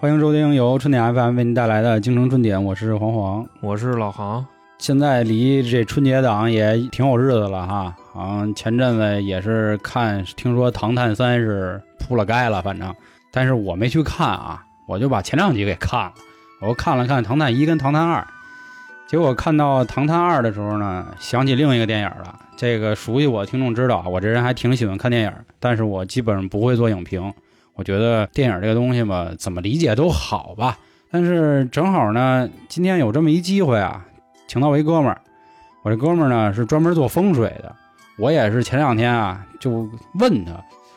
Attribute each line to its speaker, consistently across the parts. Speaker 1: 欢迎收听由春点 FM 为您带来的京城春点，我是黄黄。
Speaker 2: 我是老航，
Speaker 1: 现在离这春节档也挺有日子了哈，好像前阵子也是看听说《唐探三》是铺了盖了，反正，但是我没去看啊，我就把前两集给看了，我看了看《唐探一》跟《唐探二》，结果看到《唐探二》的时候呢，想起另一个电影了。这个熟悉我的听众知道啊，我这人还挺喜欢看电影，但是我基本上不会做影评。我觉得电影这个东西吧，怎么理解都好吧，但是正好呢，今天有这么一机会啊，请到我一哥们儿，我这哥们儿呢是专门做风水的，我也是前两天啊就问他，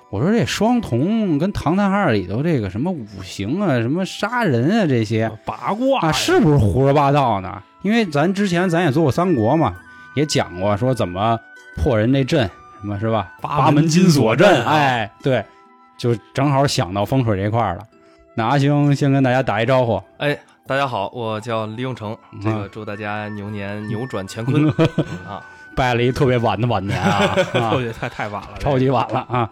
Speaker 1: 我说这双瞳跟《唐探二》里头这个什么五行啊、什么杀人啊这些
Speaker 2: 八卦
Speaker 1: 啊，是不是胡说八道呢？因为咱之前咱也做过三国嘛，也讲过说怎么破人这阵，什么是吧？
Speaker 2: 八
Speaker 1: 门
Speaker 2: 门
Speaker 1: 金
Speaker 2: 金
Speaker 1: 锁
Speaker 2: 锁
Speaker 1: 阵，
Speaker 2: 阵啊
Speaker 1: 哎，对，就正好想到风水这块儿了。那阿星先跟大家打一招呼，
Speaker 3: 大家好，我叫李永成，
Speaker 1: 嗯
Speaker 3: 这个祝大家牛年扭转 乾坤 嗯啊！
Speaker 1: 拜了一特别晚的晚年 啊，啊
Speaker 2: 特别太太晚了，
Speaker 1: 超级晚了啊。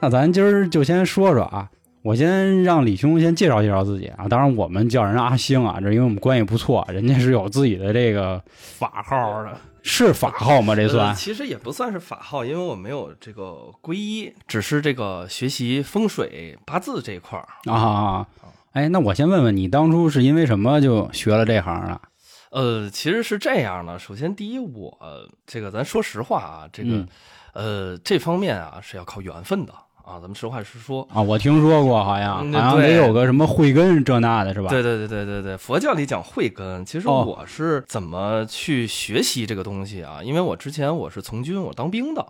Speaker 1: 那咱今儿就先说说啊，我先让李兄先介绍介绍自己啊。当然，我们叫人阿星啊，这因为我们关系不错，人家是有自己的这个
Speaker 2: 法号的，
Speaker 1: 是法号吗？这
Speaker 3: 呃
Speaker 1: 算
Speaker 3: 其实也不算是法号，因为我没有这个皈依，只是这个学习风水八字这一块儿。
Speaker 1: 啊？哎，那我先问问你，当初是因为什么就学了这行啊？
Speaker 3: 呃，其实是这样的，首先第一，我呃这个咱说实话啊，这个
Speaker 1: 嗯、
Speaker 3: 呃这方面啊是要靠缘分的啊，咱们实话实说。
Speaker 1: 啊，我听说过，好像
Speaker 3: 嗯
Speaker 1: 好像得
Speaker 3: 对
Speaker 1: 有个什么慧根这那的，是吧？
Speaker 3: 对对对对对对，佛教里讲慧根，其实
Speaker 1: 哦
Speaker 3: 我是怎么去学习这个东西啊？因为我之前我是从军，我当兵的。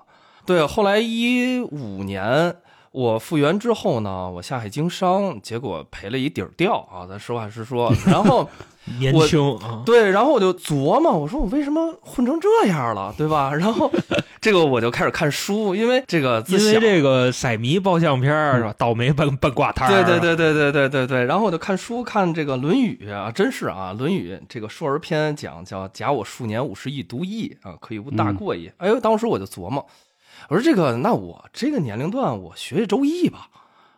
Speaker 3: 对，后来一五年我复员之后呢，我下海经商，结果赔了一底儿掉啊，咱实话实说。然后
Speaker 2: 年
Speaker 3: 我
Speaker 2: 轻啊，
Speaker 3: 对，然后我就琢磨，我说我为什么混成这样了，对吧？然后 这个我就开始看书，因为这个自
Speaker 2: 因为
Speaker 3: 小嗯
Speaker 2: 这个色迷爆相片儿是吧？倒霉奔奔挂摊儿，
Speaker 3: 对对，对对对对对对。然后我就看书，看这个《论语》啊，真是啊，《论语》这个硕儿篇讲叫“假我数年，五十以读易啊，可以无大过也”哎呦，当时我就琢磨，我说这个，那我这个年龄段，我学学《周易》吧。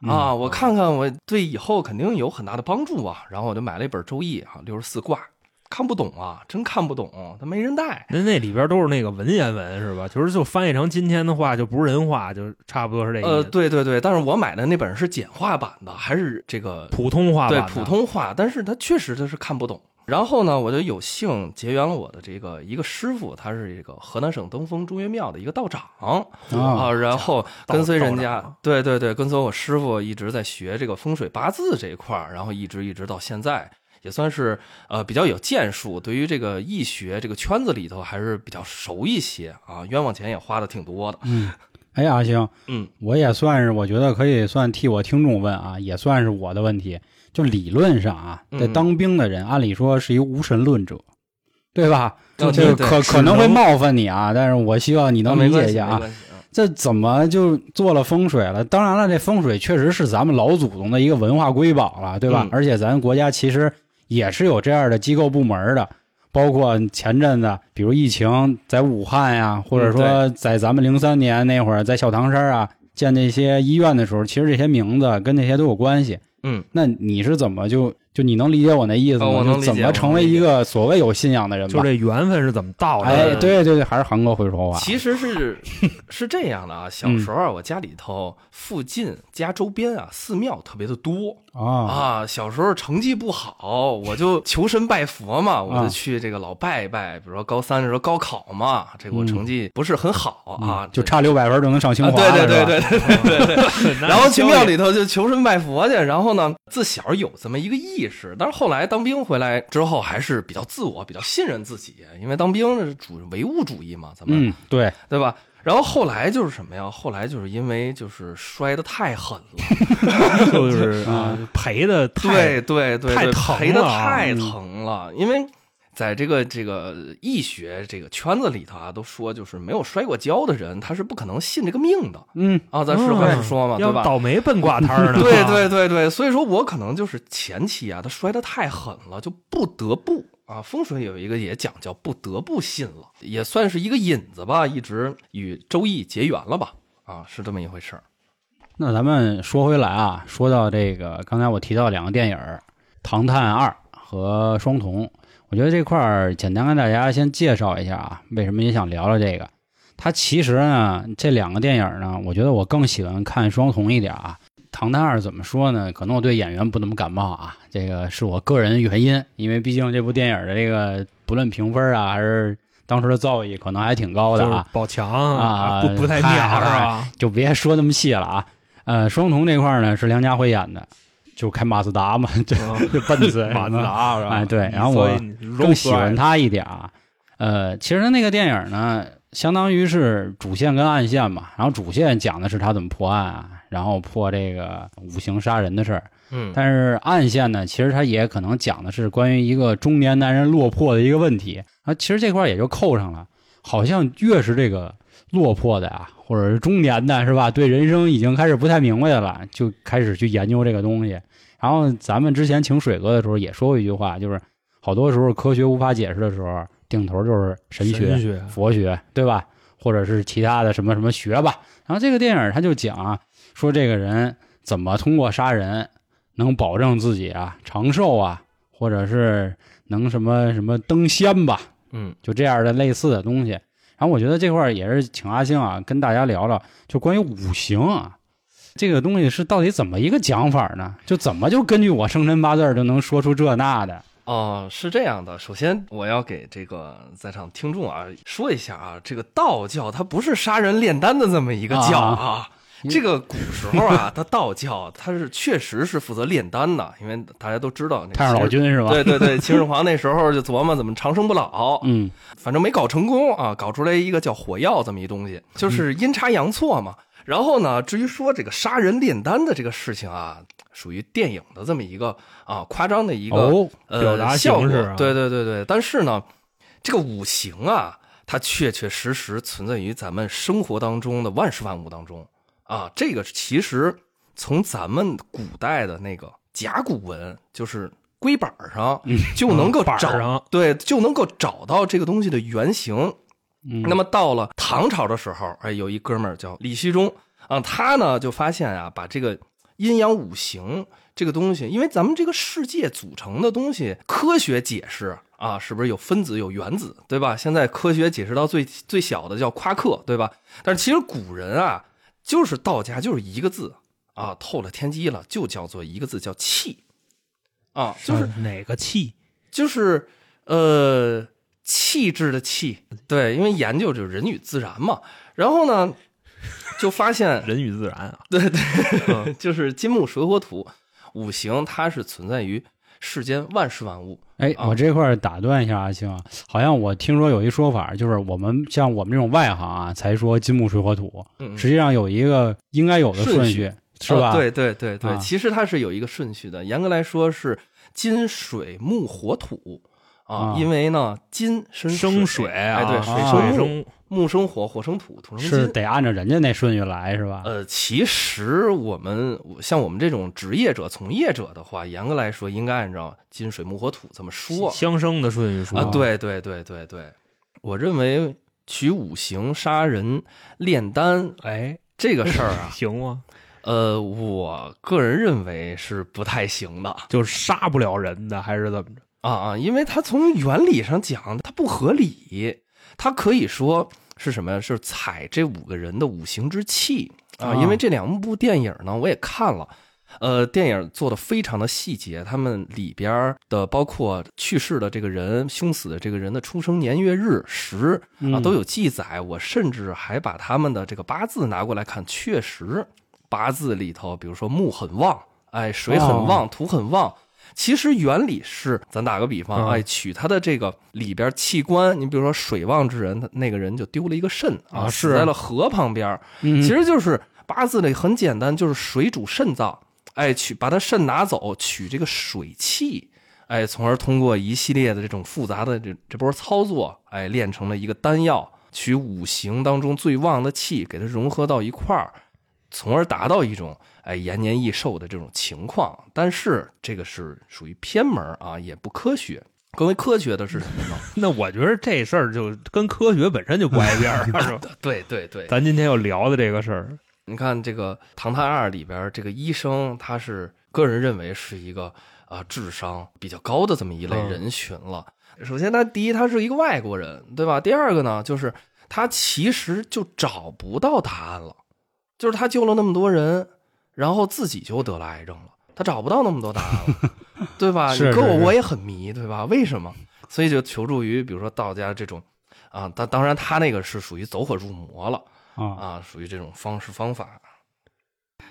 Speaker 3: 啊，我看看，我对以后肯定有很大的帮助啊。然后我就买了一本《周易》啊，六十四卦，看不懂啊，真看不懂，它没人带。
Speaker 2: 那那里边都是那个文言文是吧？就是就翻译成今天的话，就不是人话，就差不多是这
Speaker 3: 呃，
Speaker 2: 意思。
Speaker 3: 对对对，但是我买的那本是简化版的，还是这个
Speaker 2: 普通话
Speaker 3: 对
Speaker 2: 啊版
Speaker 3: 普
Speaker 2: 的
Speaker 3: 通话，但是他确实他是看不懂。然后呢，我就有幸结缘了我的这个一个师傅，他是这个河南省登封中岳庙的一个道长
Speaker 1: 啊
Speaker 3: 啊，然后
Speaker 2: 道
Speaker 3: 跟随人
Speaker 2: 道
Speaker 3: 家
Speaker 2: 长，
Speaker 3: 对对对，跟随我师傅一直在学这个风水八字这一块儿，然后一直一直到现在。也算是呃比较有建树，对于这个易学这个圈子里头还是比较熟一些啊，冤枉钱也花的挺多的。
Speaker 1: 嗯，哎，阿星，
Speaker 3: 嗯，
Speaker 1: 我也算是，我觉得可以算替我听众问啊，也算是我的问题。就理论上啊，
Speaker 3: 嗯
Speaker 1: 这当兵的人，按理说是一无神论者，对吧？
Speaker 3: 哦
Speaker 1: 这
Speaker 3: 对
Speaker 1: 个
Speaker 3: 对
Speaker 1: 可
Speaker 2: 只
Speaker 1: 可能会
Speaker 2: 能
Speaker 1: 冒犯你啊，但是我希望你
Speaker 3: 啊
Speaker 1: 能
Speaker 3: 没
Speaker 1: 理
Speaker 3: 关
Speaker 1: 解一
Speaker 3: 系，
Speaker 1: 下
Speaker 3: 没
Speaker 1: 啊。
Speaker 3: 关系啊。
Speaker 1: 这怎么就做了风水了？当然了，这风水确实是咱们老祖宗的一个文化瑰宝了，对吧？
Speaker 3: 嗯
Speaker 1: 而且咱国家其实也是有这样的机构部门的，包括前阵子，比如疫情在武汉呀、或
Speaker 3: 嗯
Speaker 1: 者说在咱们零三年那会儿在小唐山啊建那些医院的时候，其实这些名字跟那些都有关系。
Speaker 3: 嗯，
Speaker 1: 那你是怎么就就你能理解我那意思吗？
Speaker 3: 哦我能
Speaker 1: 就
Speaker 3: 理解
Speaker 1: 怎么成为一个所谓有信仰的人吧？
Speaker 2: 就这缘分是怎么到的？
Speaker 1: 哎，对对对，还是韩哥会说话。嗯
Speaker 3: 其实 是是这样的啊，小时候啊，我家里头附近家周边啊，寺庙特别的多
Speaker 1: 啊
Speaker 3: 啊。小时候成绩不好，我就求神拜佛嘛，我
Speaker 1: 啊
Speaker 3: 就去这个老拜一拜。比如说高三的时候高考嘛，这个我成绩不是很好啊，
Speaker 1: 嗯就
Speaker 3: 对
Speaker 1: 差六百分就能上清
Speaker 3: 啊
Speaker 1: 华了、
Speaker 3: 对对
Speaker 1: 是吧
Speaker 3: 对对对对 对对。
Speaker 2: 对
Speaker 3: 然后去庙里头就求神拜佛去。然后呢，自小有这么一个意识，但是后来当兵回来之后，还是比较自我，比较信任自己，因为当兵是主唯物主义嘛，咱们
Speaker 1: 嗯，对，
Speaker 3: 对吧？然后后来就是什么呀？后来就是因为就是摔得太狠了，
Speaker 2: 就是啊赔的 太
Speaker 3: 对对对，
Speaker 2: 太
Speaker 3: 对
Speaker 2: 疼
Speaker 3: 赔的
Speaker 2: 了啊
Speaker 3: 太疼了。因为在这个这个易学这个圈子里头啊，都说就是没有摔过跤的人，他是不可能信这个命的
Speaker 1: 嗯，
Speaker 3: 啊。咱实话
Speaker 2: 嗯
Speaker 3: 实说嘛，对
Speaker 2: 要
Speaker 3: 吧？
Speaker 2: 倒霉奔挂摊儿 呢。
Speaker 3: 对对对对，所以说我可能就是前期啊，他摔得太狠了，就不得不啊，风水有一个也讲叫不得不信了，也算是一个引子吧，一直与《周易》结缘了吧，啊，是这么一回事儿。
Speaker 1: 那咱们说回来啊，说到这个，刚才我提到两个电影儿《唐探二》和《双瞳》，我觉得这块儿简单跟大家先介绍一下啊，为什么也想聊聊这个。它其实呢，这两个电影呢，我觉得我更喜欢看《双瞳》一点啊。《唐探二》怎么说呢？可能我对演员不怎么感冒啊，这个是我个人原因，因为毕竟这部电影的这个不论评分啊，还是当时的造诣，可能还挺高的
Speaker 2: 就
Speaker 1: 啊
Speaker 2: 是。宝强
Speaker 1: 啊
Speaker 2: 不不太妙
Speaker 1: 嗨
Speaker 2: 是吧？
Speaker 1: 就别说那么细了啊。呃，双瞳这块儿呢是梁家辉演的，就开马自达嘛， 就就奔驰
Speaker 2: 嗯马自达是吧？
Speaker 1: 哎对然后我
Speaker 2: 所以你
Speaker 1: 更喜欢他一点啊。呃，其实那个电影呢，相当于是主线跟暗线嘛，然后主线讲的是他怎么破案啊，然后破这个五行杀人的事儿，
Speaker 3: 嗯，
Speaker 1: 但是暗线呢，其实它也可能讲的是关于一个中年男人落魄的一个问题啊。其实这块儿也就扣上了，好像越是这个落魄的啊，或者是中年的，是吧？对人生已经开始不太明白的了，就开始去研究这个东西。然后咱们之前请水哥的时候也说过一句话，就是好多时候科学无法解释的时候，定头就是神学。
Speaker 2: 神学
Speaker 1: 佛学，对吧？或者是其他的什么什么学吧。然后这个电影他就讲啊，说这个人怎么通过杀人能保证自己啊长寿啊，或者是能什么什么登仙吧，
Speaker 3: 嗯，
Speaker 1: 就这样的类似的东西。然后我觉得这块儿也是请阿星啊跟大家聊聊，就关于五行啊这个东西是到底怎么一个讲法呢？就怎么就根据我生辰八字儿就能说出这那的？
Speaker 3: 哦，是这样的。首先，我要给这个在场听众啊说一下啊，这个道教它不是杀人炼丹的这么一个教
Speaker 1: 啊
Speaker 3: 啊。这个古时候啊，它道教它是确实是负责炼丹的，因为大家都知道那
Speaker 1: 太上老
Speaker 3: 秦
Speaker 1: 君是吧？
Speaker 3: 对对对，秦始皇那时候就琢磨怎么长生不老，
Speaker 1: 嗯
Speaker 3: 反正没搞成功啊，搞出来一个叫火药这么一东西，就是阴差阳错嘛。然后呢，至于说这个杀人炼丹的这个事情啊，属于电影的这么一个啊夸张的一个、
Speaker 1: 哦，
Speaker 3: 呃
Speaker 2: 表达
Speaker 3: 效
Speaker 2: 形式
Speaker 3: 果
Speaker 2: 啊
Speaker 3: 对对对对，但是呢，这个五行啊，它确确实实存在于咱们生活当中的万事万物当中啊。这个其实从咱们古代的那个甲骨文，就是龟板儿上
Speaker 1: 嗯
Speaker 3: 就能够
Speaker 2: 哦板儿
Speaker 3: 找、
Speaker 2: 上
Speaker 3: 对，就能够找到这个东西的原型。
Speaker 1: 嗯
Speaker 3: 那么到了唐朝的时候，哎，有一哥们儿叫李希中啊，他呢就发现啊，把这个阴阳五行这个东西，因为咱们这个世界组成的东西，科学解释啊，是不是有分子有原子，对吧？现在科学解释到最最小的叫夸克，对吧？但是其实古人啊，就是道家就是一个字啊，透了天机了，就叫做一个字叫气啊，就是
Speaker 2: 哪个气
Speaker 3: 就是呃气质的气，对，因为研究就是人与自然嘛。然后呢，就发 现
Speaker 2: 人与自然啊，
Speaker 3: 就是金木水火土五行，它是存在于世间万事万物。
Speaker 1: 哎，
Speaker 3: 啊
Speaker 1: 我这块儿打断一下阿星啊，好像我听说有一说法，就是我们像我们这种外行啊，才说金木水火土，
Speaker 3: 嗯，
Speaker 1: 实际上有一个应该有的
Speaker 3: 顺
Speaker 1: 顺
Speaker 3: 序
Speaker 1: 序，是吧？
Speaker 3: 啊对对对对，
Speaker 1: 啊
Speaker 3: 其实它是有一个顺序的，严格来说是金水木火土。啊
Speaker 1: 啊，
Speaker 3: 因为呢，金生
Speaker 2: 生
Speaker 3: 水，
Speaker 2: 水啊，
Speaker 3: 哎，对，
Speaker 1: 水
Speaker 3: 生木，
Speaker 2: 生
Speaker 3: 木生火，火生土，土生
Speaker 1: 是
Speaker 3: 金，
Speaker 1: 得按照人家那顺序来，是吧？
Speaker 3: 呃，其实我们我像我们这种职业者、从业者的话，严格来说，应该按照金水木火土这么说
Speaker 2: 相生的顺序
Speaker 3: 啊。
Speaker 2: 说，
Speaker 3: 对对对对对，我认为取五行杀人炼丹
Speaker 2: 哎，，
Speaker 3: 这个事儿啊
Speaker 2: 行吗？
Speaker 3: 呃，我个人认为是不太行的
Speaker 2: 就是杀不了人的，还是怎么着？
Speaker 3: 啊啊，因为它从原理上讲，它不合理，它可以说是什么呀？是采这五个人的五行之气啊，
Speaker 1: 啊
Speaker 3: 因为这两部电影呢，我也看了。呃，电影做的非常的细节，他们里边的包括去世的这个人、凶死的这个人的出生年月日时啊
Speaker 1: 嗯
Speaker 3: 都有记载。我甚至还把他们的这个八字拿过来看，确实八字里头，比如说木很旺，哎，水很
Speaker 2: 哦
Speaker 3: 旺，土很旺。其实原理是，咱打个比方，
Speaker 2: 嗯
Speaker 3: 哎，取他的这个里边器官，你比如说水旺之人，他那个人就丢了一个肾
Speaker 2: 啊
Speaker 3: 死
Speaker 2: 是
Speaker 3: 在了河旁边儿。
Speaker 1: 嗯
Speaker 3: 其实就是八字里很简单，就是水主肾脏，哎，取把它肾拿走，取这个水气，哎，从而通过一系列的这种复杂的这这波操作，哎，炼成了一个丹药，取五行当中最旺的气，给它融合到一块儿，从而达到一种哎延年益寿的这种情况。但是这个是属于偏门儿啊，也不科学。更为科学的是什么呢？
Speaker 2: 那我觉得 这事儿就跟科学本身就不挨边儿，是吧？
Speaker 3: 对对对，
Speaker 2: 咱今天要聊的这个事儿，
Speaker 3: 你看这个《唐探二》里边，这个医生他是个人认为是一个啊、呃智商比较高的这么一类
Speaker 2: 嗯
Speaker 3: 人群了。首先，他第一他是一个外国人，对吧？第二个呢，就是他其实就找不到答案了，就是他救了那么多人，然后自己就得了癌症了，他找不到那么多答案了，对吧？
Speaker 1: 是
Speaker 3: 你搁
Speaker 1: 是
Speaker 3: 我
Speaker 1: 是
Speaker 3: 我也很迷，对吧？为什么？所以就求助于比如说道家这种啊，当当然他那个是属于走火入魔了。
Speaker 1: 啊，
Speaker 3: 啊，属于这种方式方法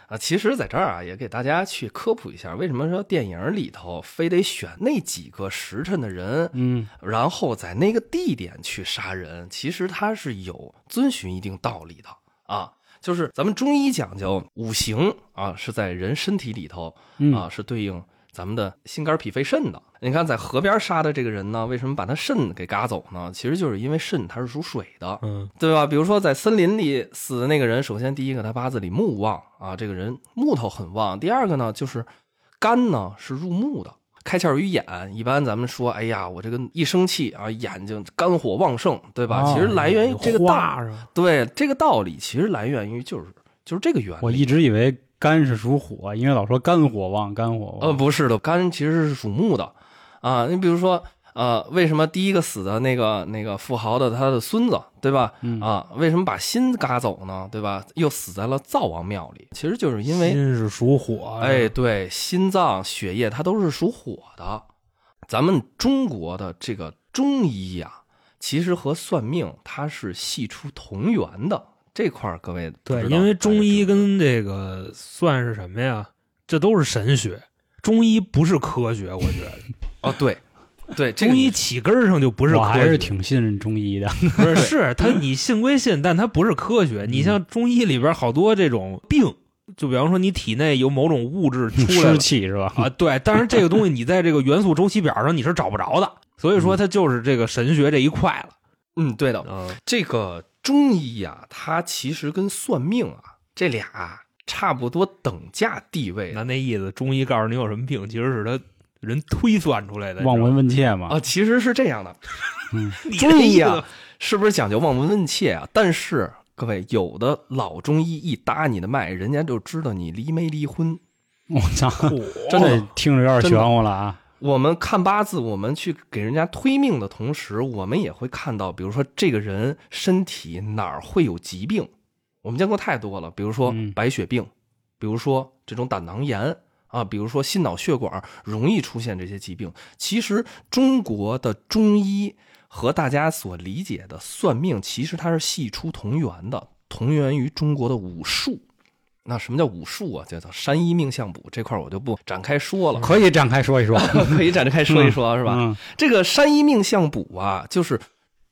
Speaker 3: 啊。其实，在这儿啊，也给大家去科普一下，为什么说电影里头非得选那几个时辰的人，
Speaker 1: 嗯，
Speaker 3: 然后在那个地点去杀人？其实它是有遵循一定道理的啊。就是咱们中医讲究五行啊，是在人身体里头
Speaker 1: 嗯
Speaker 3: 啊，是对应咱们的心肝脾肺肾的。你看，在河边杀的这个人呢，为什么把他肾给嘎走呢？其实就是因为肾它是属水的，
Speaker 2: 嗯
Speaker 3: 对吧？比如说在森林里死的那个人，首先第一个他八字里木旺啊，这个人木头很旺。第二个呢，就是肝呢是入木的，开窍于眼。一般咱们说，哎呀，我这个一生气啊，眼睛肝火旺盛，对吧？
Speaker 1: 哦
Speaker 3: 其实来源于这个
Speaker 2: 话
Speaker 3: 大，
Speaker 2: 是吧？
Speaker 3: 对这个道理，其实来源于就是就是这个原理。
Speaker 1: 我一直以为肝是属火，因为老说肝火旺，肝火
Speaker 3: 呃，
Speaker 1: 旺。
Speaker 3: 不是的，肝其实是属木的，啊，你比如说，呃，为什么第一个死的那个那个富豪的他的孙子，对吧？
Speaker 1: 嗯
Speaker 3: 啊，为什么把心嘎走呢？对吧？又死在了灶王庙里，其实就是因为，
Speaker 2: 心是属火，
Speaker 3: 哎，，对，心脏、血液它都是属火的。咱们中国的这个中医呀、其实和算命它是系出同源的这块儿，各位不
Speaker 2: 对，
Speaker 3: 知道哎
Speaker 2: 因为中医
Speaker 3: 大家知道
Speaker 2: 跟这个算是什么呀？这都是神学，中医不是科学，我觉得
Speaker 3: 哦，对，对，这个
Speaker 2: 中医
Speaker 3: 你
Speaker 2: 起根儿上就不是
Speaker 1: 我
Speaker 2: 科
Speaker 1: 还是
Speaker 2: 学，
Speaker 1: 挺信中 医的。
Speaker 2: 不是是它你信归信，但它不是科学。你
Speaker 1: 嗯
Speaker 2: 像中医里边好多这种病，就比方说你体内有某种物质出来
Speaker 1: 湿
Speaker 2: 了
Speaker 1: 气是吧？
Speaker 2: 啊，对，但是这个东西你在这个元素周期表上你是找不着的，所以说
Speaker 1: 嗯
Speaker 2: 它就是这个神学这一块了。
Speaker 3: 嗯，对的，
Speaker 2: 嗯，
Speaker 3: 这个中医呀、它其实跟算命啊这俩啊差不多等价地位
Speaker 2: 那那意思，中医告诉你有什么病，其实是他人推算出来的。
Speaker 1: 望闻问切嘛。
Speaker 3: 啊，其实是这样的。
Speaker 2: 你这
Speaker 3: 中医
Speaker 2: 意思
Speaker 3: 啊，是不是讲究望闻问切啊？但是各位，有的老中医一搭你的脉，人家就知道你离没离婚。
Speaker 1: 我操，
Speaker 2: 嚯
Speaker 1: 真的听着有点
Speaker 3: 真的
Speaker 1: 玄乎了啊！
Speaker 3: 我们看八字，我们去给人家推命的同时，我们也会看到，比如说这个人身体哪儿会有疾病，我们见过太多了，比如说
Speaker 1: 嗯
Speaker 3: 白血病，比如说这种胆囊炎啊，比如说心脑血管容易出现这些疾病。其实中国的中医和大家所理解的算命，其实它是系出同源的，同源于中国的武术。那什么叫武术啊？叫做山医命相卜这块儿我就不展开说了。
Speaker 1: 可以展开说一说， 嗯
Speaker 3: 可以展开说一说，是
Speaker 1: 是
Speaker 3: 哦吧？？这个山医命相卜啊，就是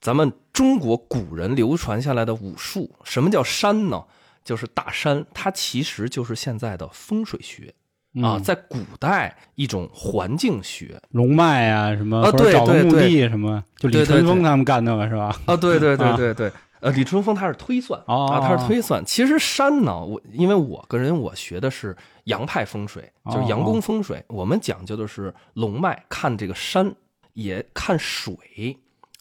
Speaker 3: 咱们中国古人流传下来的武术。什么叫山呢？就是大山，它其实就是现在的风水学
Speaker 1: 嗯
Speaker 3: 啊，在古代一种环 境学
Speaker 1: 龙脉啊，什么
Speaker 3: 啊
Speaker 1: 或者
Speaker 3: 对
Speaker 1: 找个
Speaker 3: 对
Speaker 1: 墓
Speaker 3: 对
Speaker 1: 地什么，就李
Speaker 3: 对对
Speaker 1: 淳风
Speaker 3: 对
Speaker 1: 他们干那个是吧？
Speaker 3: 啊。对对对
Speaker 1: 啊
Speaker 3: 对对，呃，李春风他是推算
Speaker 1: 哦
Speaker 3: 啊，他是推算。其实山呢，我因为我个人我学的是洋派风水，就是
Speaker 1: 哦
Speaker 3: 阳宫风水，我们讲究的是龙脉，看这个山，也看水。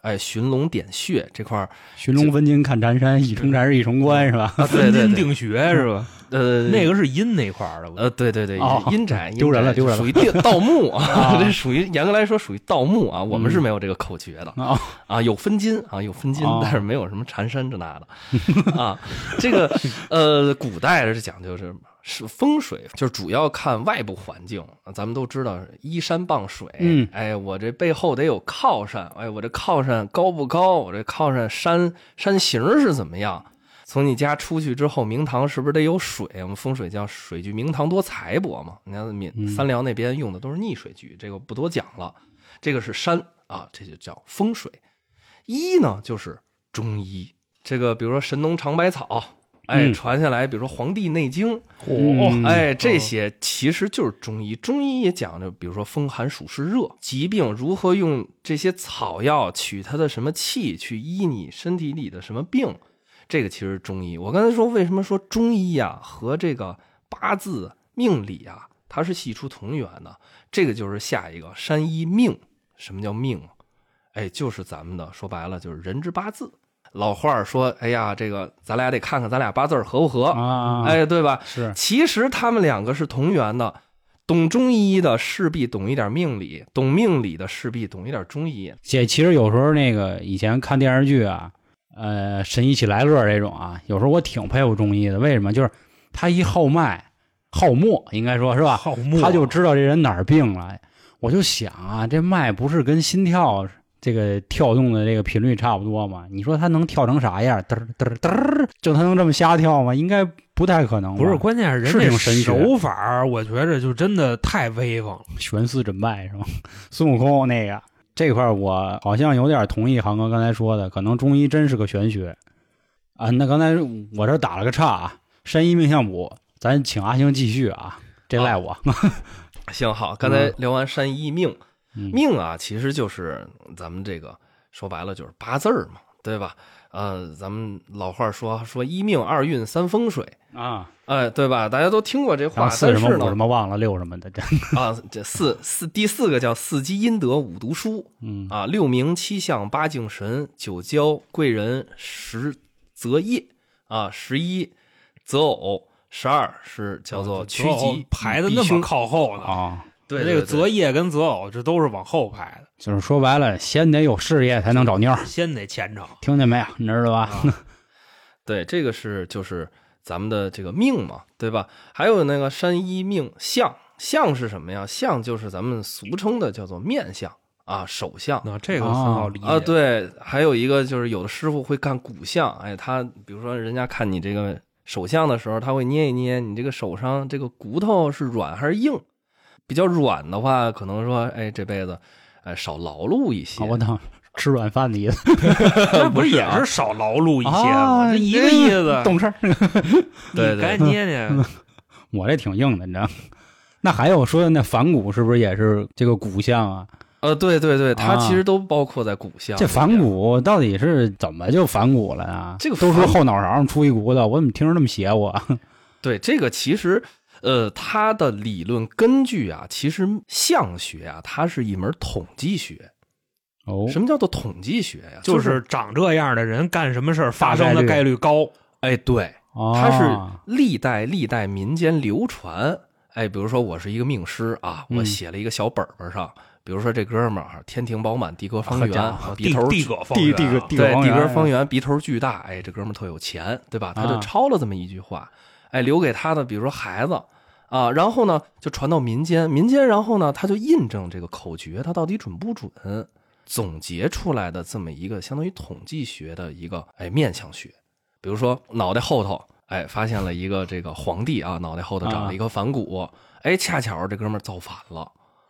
Speaker 3: 哎，寻龙点穴 这块儿
Speaker 1: 寻龙分金看缠山，一重禅是一重关是吧？
Speaker 3: 啊，对
Speaker 2: 分
Speaker 3: 对
Speaker 2: 阴
Speaker 3: 对，
Speaker 2: 定穴是吧？
Speaker 1: 嗯
Speaker 3: 呃，
Speaker 2: 那个是阴那块儿的，我
Speaker 3: 呃，对对对
Speaker 1: 哦，
Speaker 3: 阴宅阴
Speaker 1: 丢人了
Speaker 3: 宅
Speaker 1: 丢人
Speaker 3: 属于地 盗墓啊
Speaker 1: 啊，
Speaker 3: 这属于严格来说属于盗墓啊，我们是
Speaker 1: 嗯
Speaker 3: 没有这个口诀的
Speaker 1: 哦
Speaker 3: 啊，有分金啊，有分金
Speaker 1: 哦，
Speaker 3: 但是没有什么缠山这那的 啊， 这个呃，古代是讲究是。是风水，就是主要看外部环境。咱们都知道依山傍水，
Speaker 1: 嗯
Speaker 3: 哎，我这背后得有靠山，哎，我这靠山高不高？我这靠山山山形儿是怎么样？从你家出去之后，明堂是不是得有水？我们风水叫水局明堂多财帛嘛。你看闽
Speaker 1: 嗯
Speaker 3: 三辽那边用的都是逆水局，这个不多讲了。这个是山啊，这就叫风水。医呢就是中医，这个比如说神农尝百草，哎，
Speaker 1: 嗯
Speaker 3: 传下来，比如说《黄帝内经》
Speaker 1: 嗯
Speaker 3: 哎，这些其实就是中医。中医也讲究，比如说风寒暑湿热疾病，如何用这些草药取它的什么气去医你身体里的什么病，这个其实是中医。我刚才说为什么说中医呀、和这个八字命理啊，它是系出同源的，这个就是下一个啊山医命。什么叫命？哎，就是咱们的说白了就是人之八字。老话儿说，哎呀，这个咱俩得看看咱俩八字儿合不合，
Speaker 1: 啊，，
Speaker 3: 哎，对吧？
Speaker 1: 是
Speaker 3: 其实他们两个是同源的，懂中医的势必懂一点命理，懂命理的势必懂一点中医。
Speaker 1: 姐，其实有时候那个以前看电视剧啊，呃，神医喜来乐这种啊，有时候我挺佩服中医的。为什么？就是他一号脉、号脉，应该说是吧？
Speaker 2: 好啊木
Speaker 1: 他就知道这人哪儿病了。我就想啊，这脉不是跟心跳这个跳动的这个频率差不多吗？你说他能跳成啥样？嘚儿嘚儿嘚儿，就他能这么瞎跳吗？应该不太可能吧。
Speaker 2: 不是，关键是人
Speaker 1: 是
Speaker 2: 这
Speaker 1: 挺神学
Speaker 2: 手法儿，我觉着就真的太威风了。
Speaker 1: 悬丝诊脉是吗？ 孙悟空那个这块，我好像有点同意航哥刚才说的，可能中医真是个玄学啊。那刚才我这打了个岔啊，山医命相卜，咱请阿星继续啊，这赖我。
Speaker 3: 行好，刚才聊完山医命，
Speaker 1: 嗯
Speaker 3: 命啊，其实就是咱们这个说白了就是八字儿嘛，对吧？呃，咱们老话说说一命二运三风水，
Speaker 1: 啊，
Speaker 3: 哎，对吧？大家都听过这
Speaker 1: 然
Speaker 3: 话，
Speaker 1: 后四
Speaker 3: 但
Speaker 1: 什么
Speaker 3: 是
Speaker 1: 五什
Speaker 3: 呢，
Speaker 1: 么忘了六什么的，这
Speaker 3: 啊，这四四第四个叫四积阴德五读书
Speaker 1: 嗯
Speaker 3: 啊，六名七相八敬神九交贵人十择业啊，十一择偶，十二是叫做趋吉
Speaker 2: 啊排的那
Speaker 3: 避
Speaker 2: 么
Speaker 3: 凶
Speaker 2: 靠后呢。
Speaker 1: 啊，
Speaker 3: 对
Speaker 2: 这个择
Speaker 3: 择
Speaker 2: 业跟择偶这都是往后排
Speaker 1: 就是说白了，先得有事业才能找妞儿，
Speaker 2: 的，先得虔诚。
Speaker 1: 听见没有？你知道吧？
Speaker 3: 对，这个是就是咱们的这个命嘛，对吧？还有那个山医命相，相是什么呀？相就是咱们俗称的叫做面相啊，手相。
Speaker 2: 那这个很好理解
Speaker 3: 啊，， 对，还有一个就是有的师傅会干骨相，哎，他比如说人家看你这个手相的时候，他会捏一捏你这个手上这个骨头是软还是硬，比较软的话，可能说，哎，这辈子，哎，少劳碌一些。
Speaker 1: 啊我操，吃软饭的意思，
Speaker 2: 那不是也是少劳碌一些吗？
Speaker 1: 啊
Speaker 2: 这一个意思，
Speaker 1: 懂事儿。
Speaker 3: 对
Speaker 2: 你
Speaker 3: 对
Speaker 2: 该捏捏。
Speaker 1: 我这挺硬的，你知道吗？ 那还有说的那反骨是不是也是这个骨相啊？
Speaker 3: 呃，对对对，它
Speaker 1: 啊
Speaker 3: 其实都包括在啊骨相里
Speaker 1: 这
Speaker 3: 面。
Speaker 1: 反骨到底是怎么就反骨了啊？
Speaker 3: 这个
Speaker 1: 都
Speaker 3: 反
Speaker 1: 说后脑勺上出一骨头，我怎么听着那么邪乎 啊？
Speaker 3: 对，这个其实，呃，它的理论根据啊，其实相学啊，它是一门统计学。
Speaker 1: 哦，
Speaker 3: 什么叫做统计学呀、，
Speaker 2: 就是是长这样的人干什么事儿发生的
Speaker 1: 大概
Speaker 2: 概率高，
Speaker 3: 哎，对，
Speaker 1: 哦
Speaker 3: 它是历代历代民间流传。哎，比如说我是一个命师啊，
Speaker 1: 嗯
Speaker 3: 我写了一个小本本上，比如说这哥们儿啊天庭饱满，地阁方
Speaker 1: 好
Speaker 3: 圆
Speaker 1: 家伙，
Speaker 3: 鼻
Speaker 2: 地
Speaker 3: 头
Speaker 2: 地
Speaker 3: 巨
Speaker 2: 葛方圆
Speaker 1: 地
Speaker 2: 啊
Speaker 1: 地葛地葛
Speaker 3: 对
Speaker 1: 方
Speaker 3: 地
Speaker 1: 圆
Speaker 3: 阁方圆，鼻头巨大，哎，这哥们儿特有钱，对吧？他就
Speaker 1: 啊
Speaker 3: 抄了这么一句话，哎，留给他的，比如说孩子啊，然后呢就传到民间，民间然后呢他就印证这个口诀，它到底准不准，总结出来的这么一个相当于统计学的一个哎面相学，比如说脑袋后头。哎，发现了一个这个皇帝啊，脑袋后头长
Speaker 1: 啊
Speaker 3: 了一颗反骨，哎，恰巧这哥们儿造反了，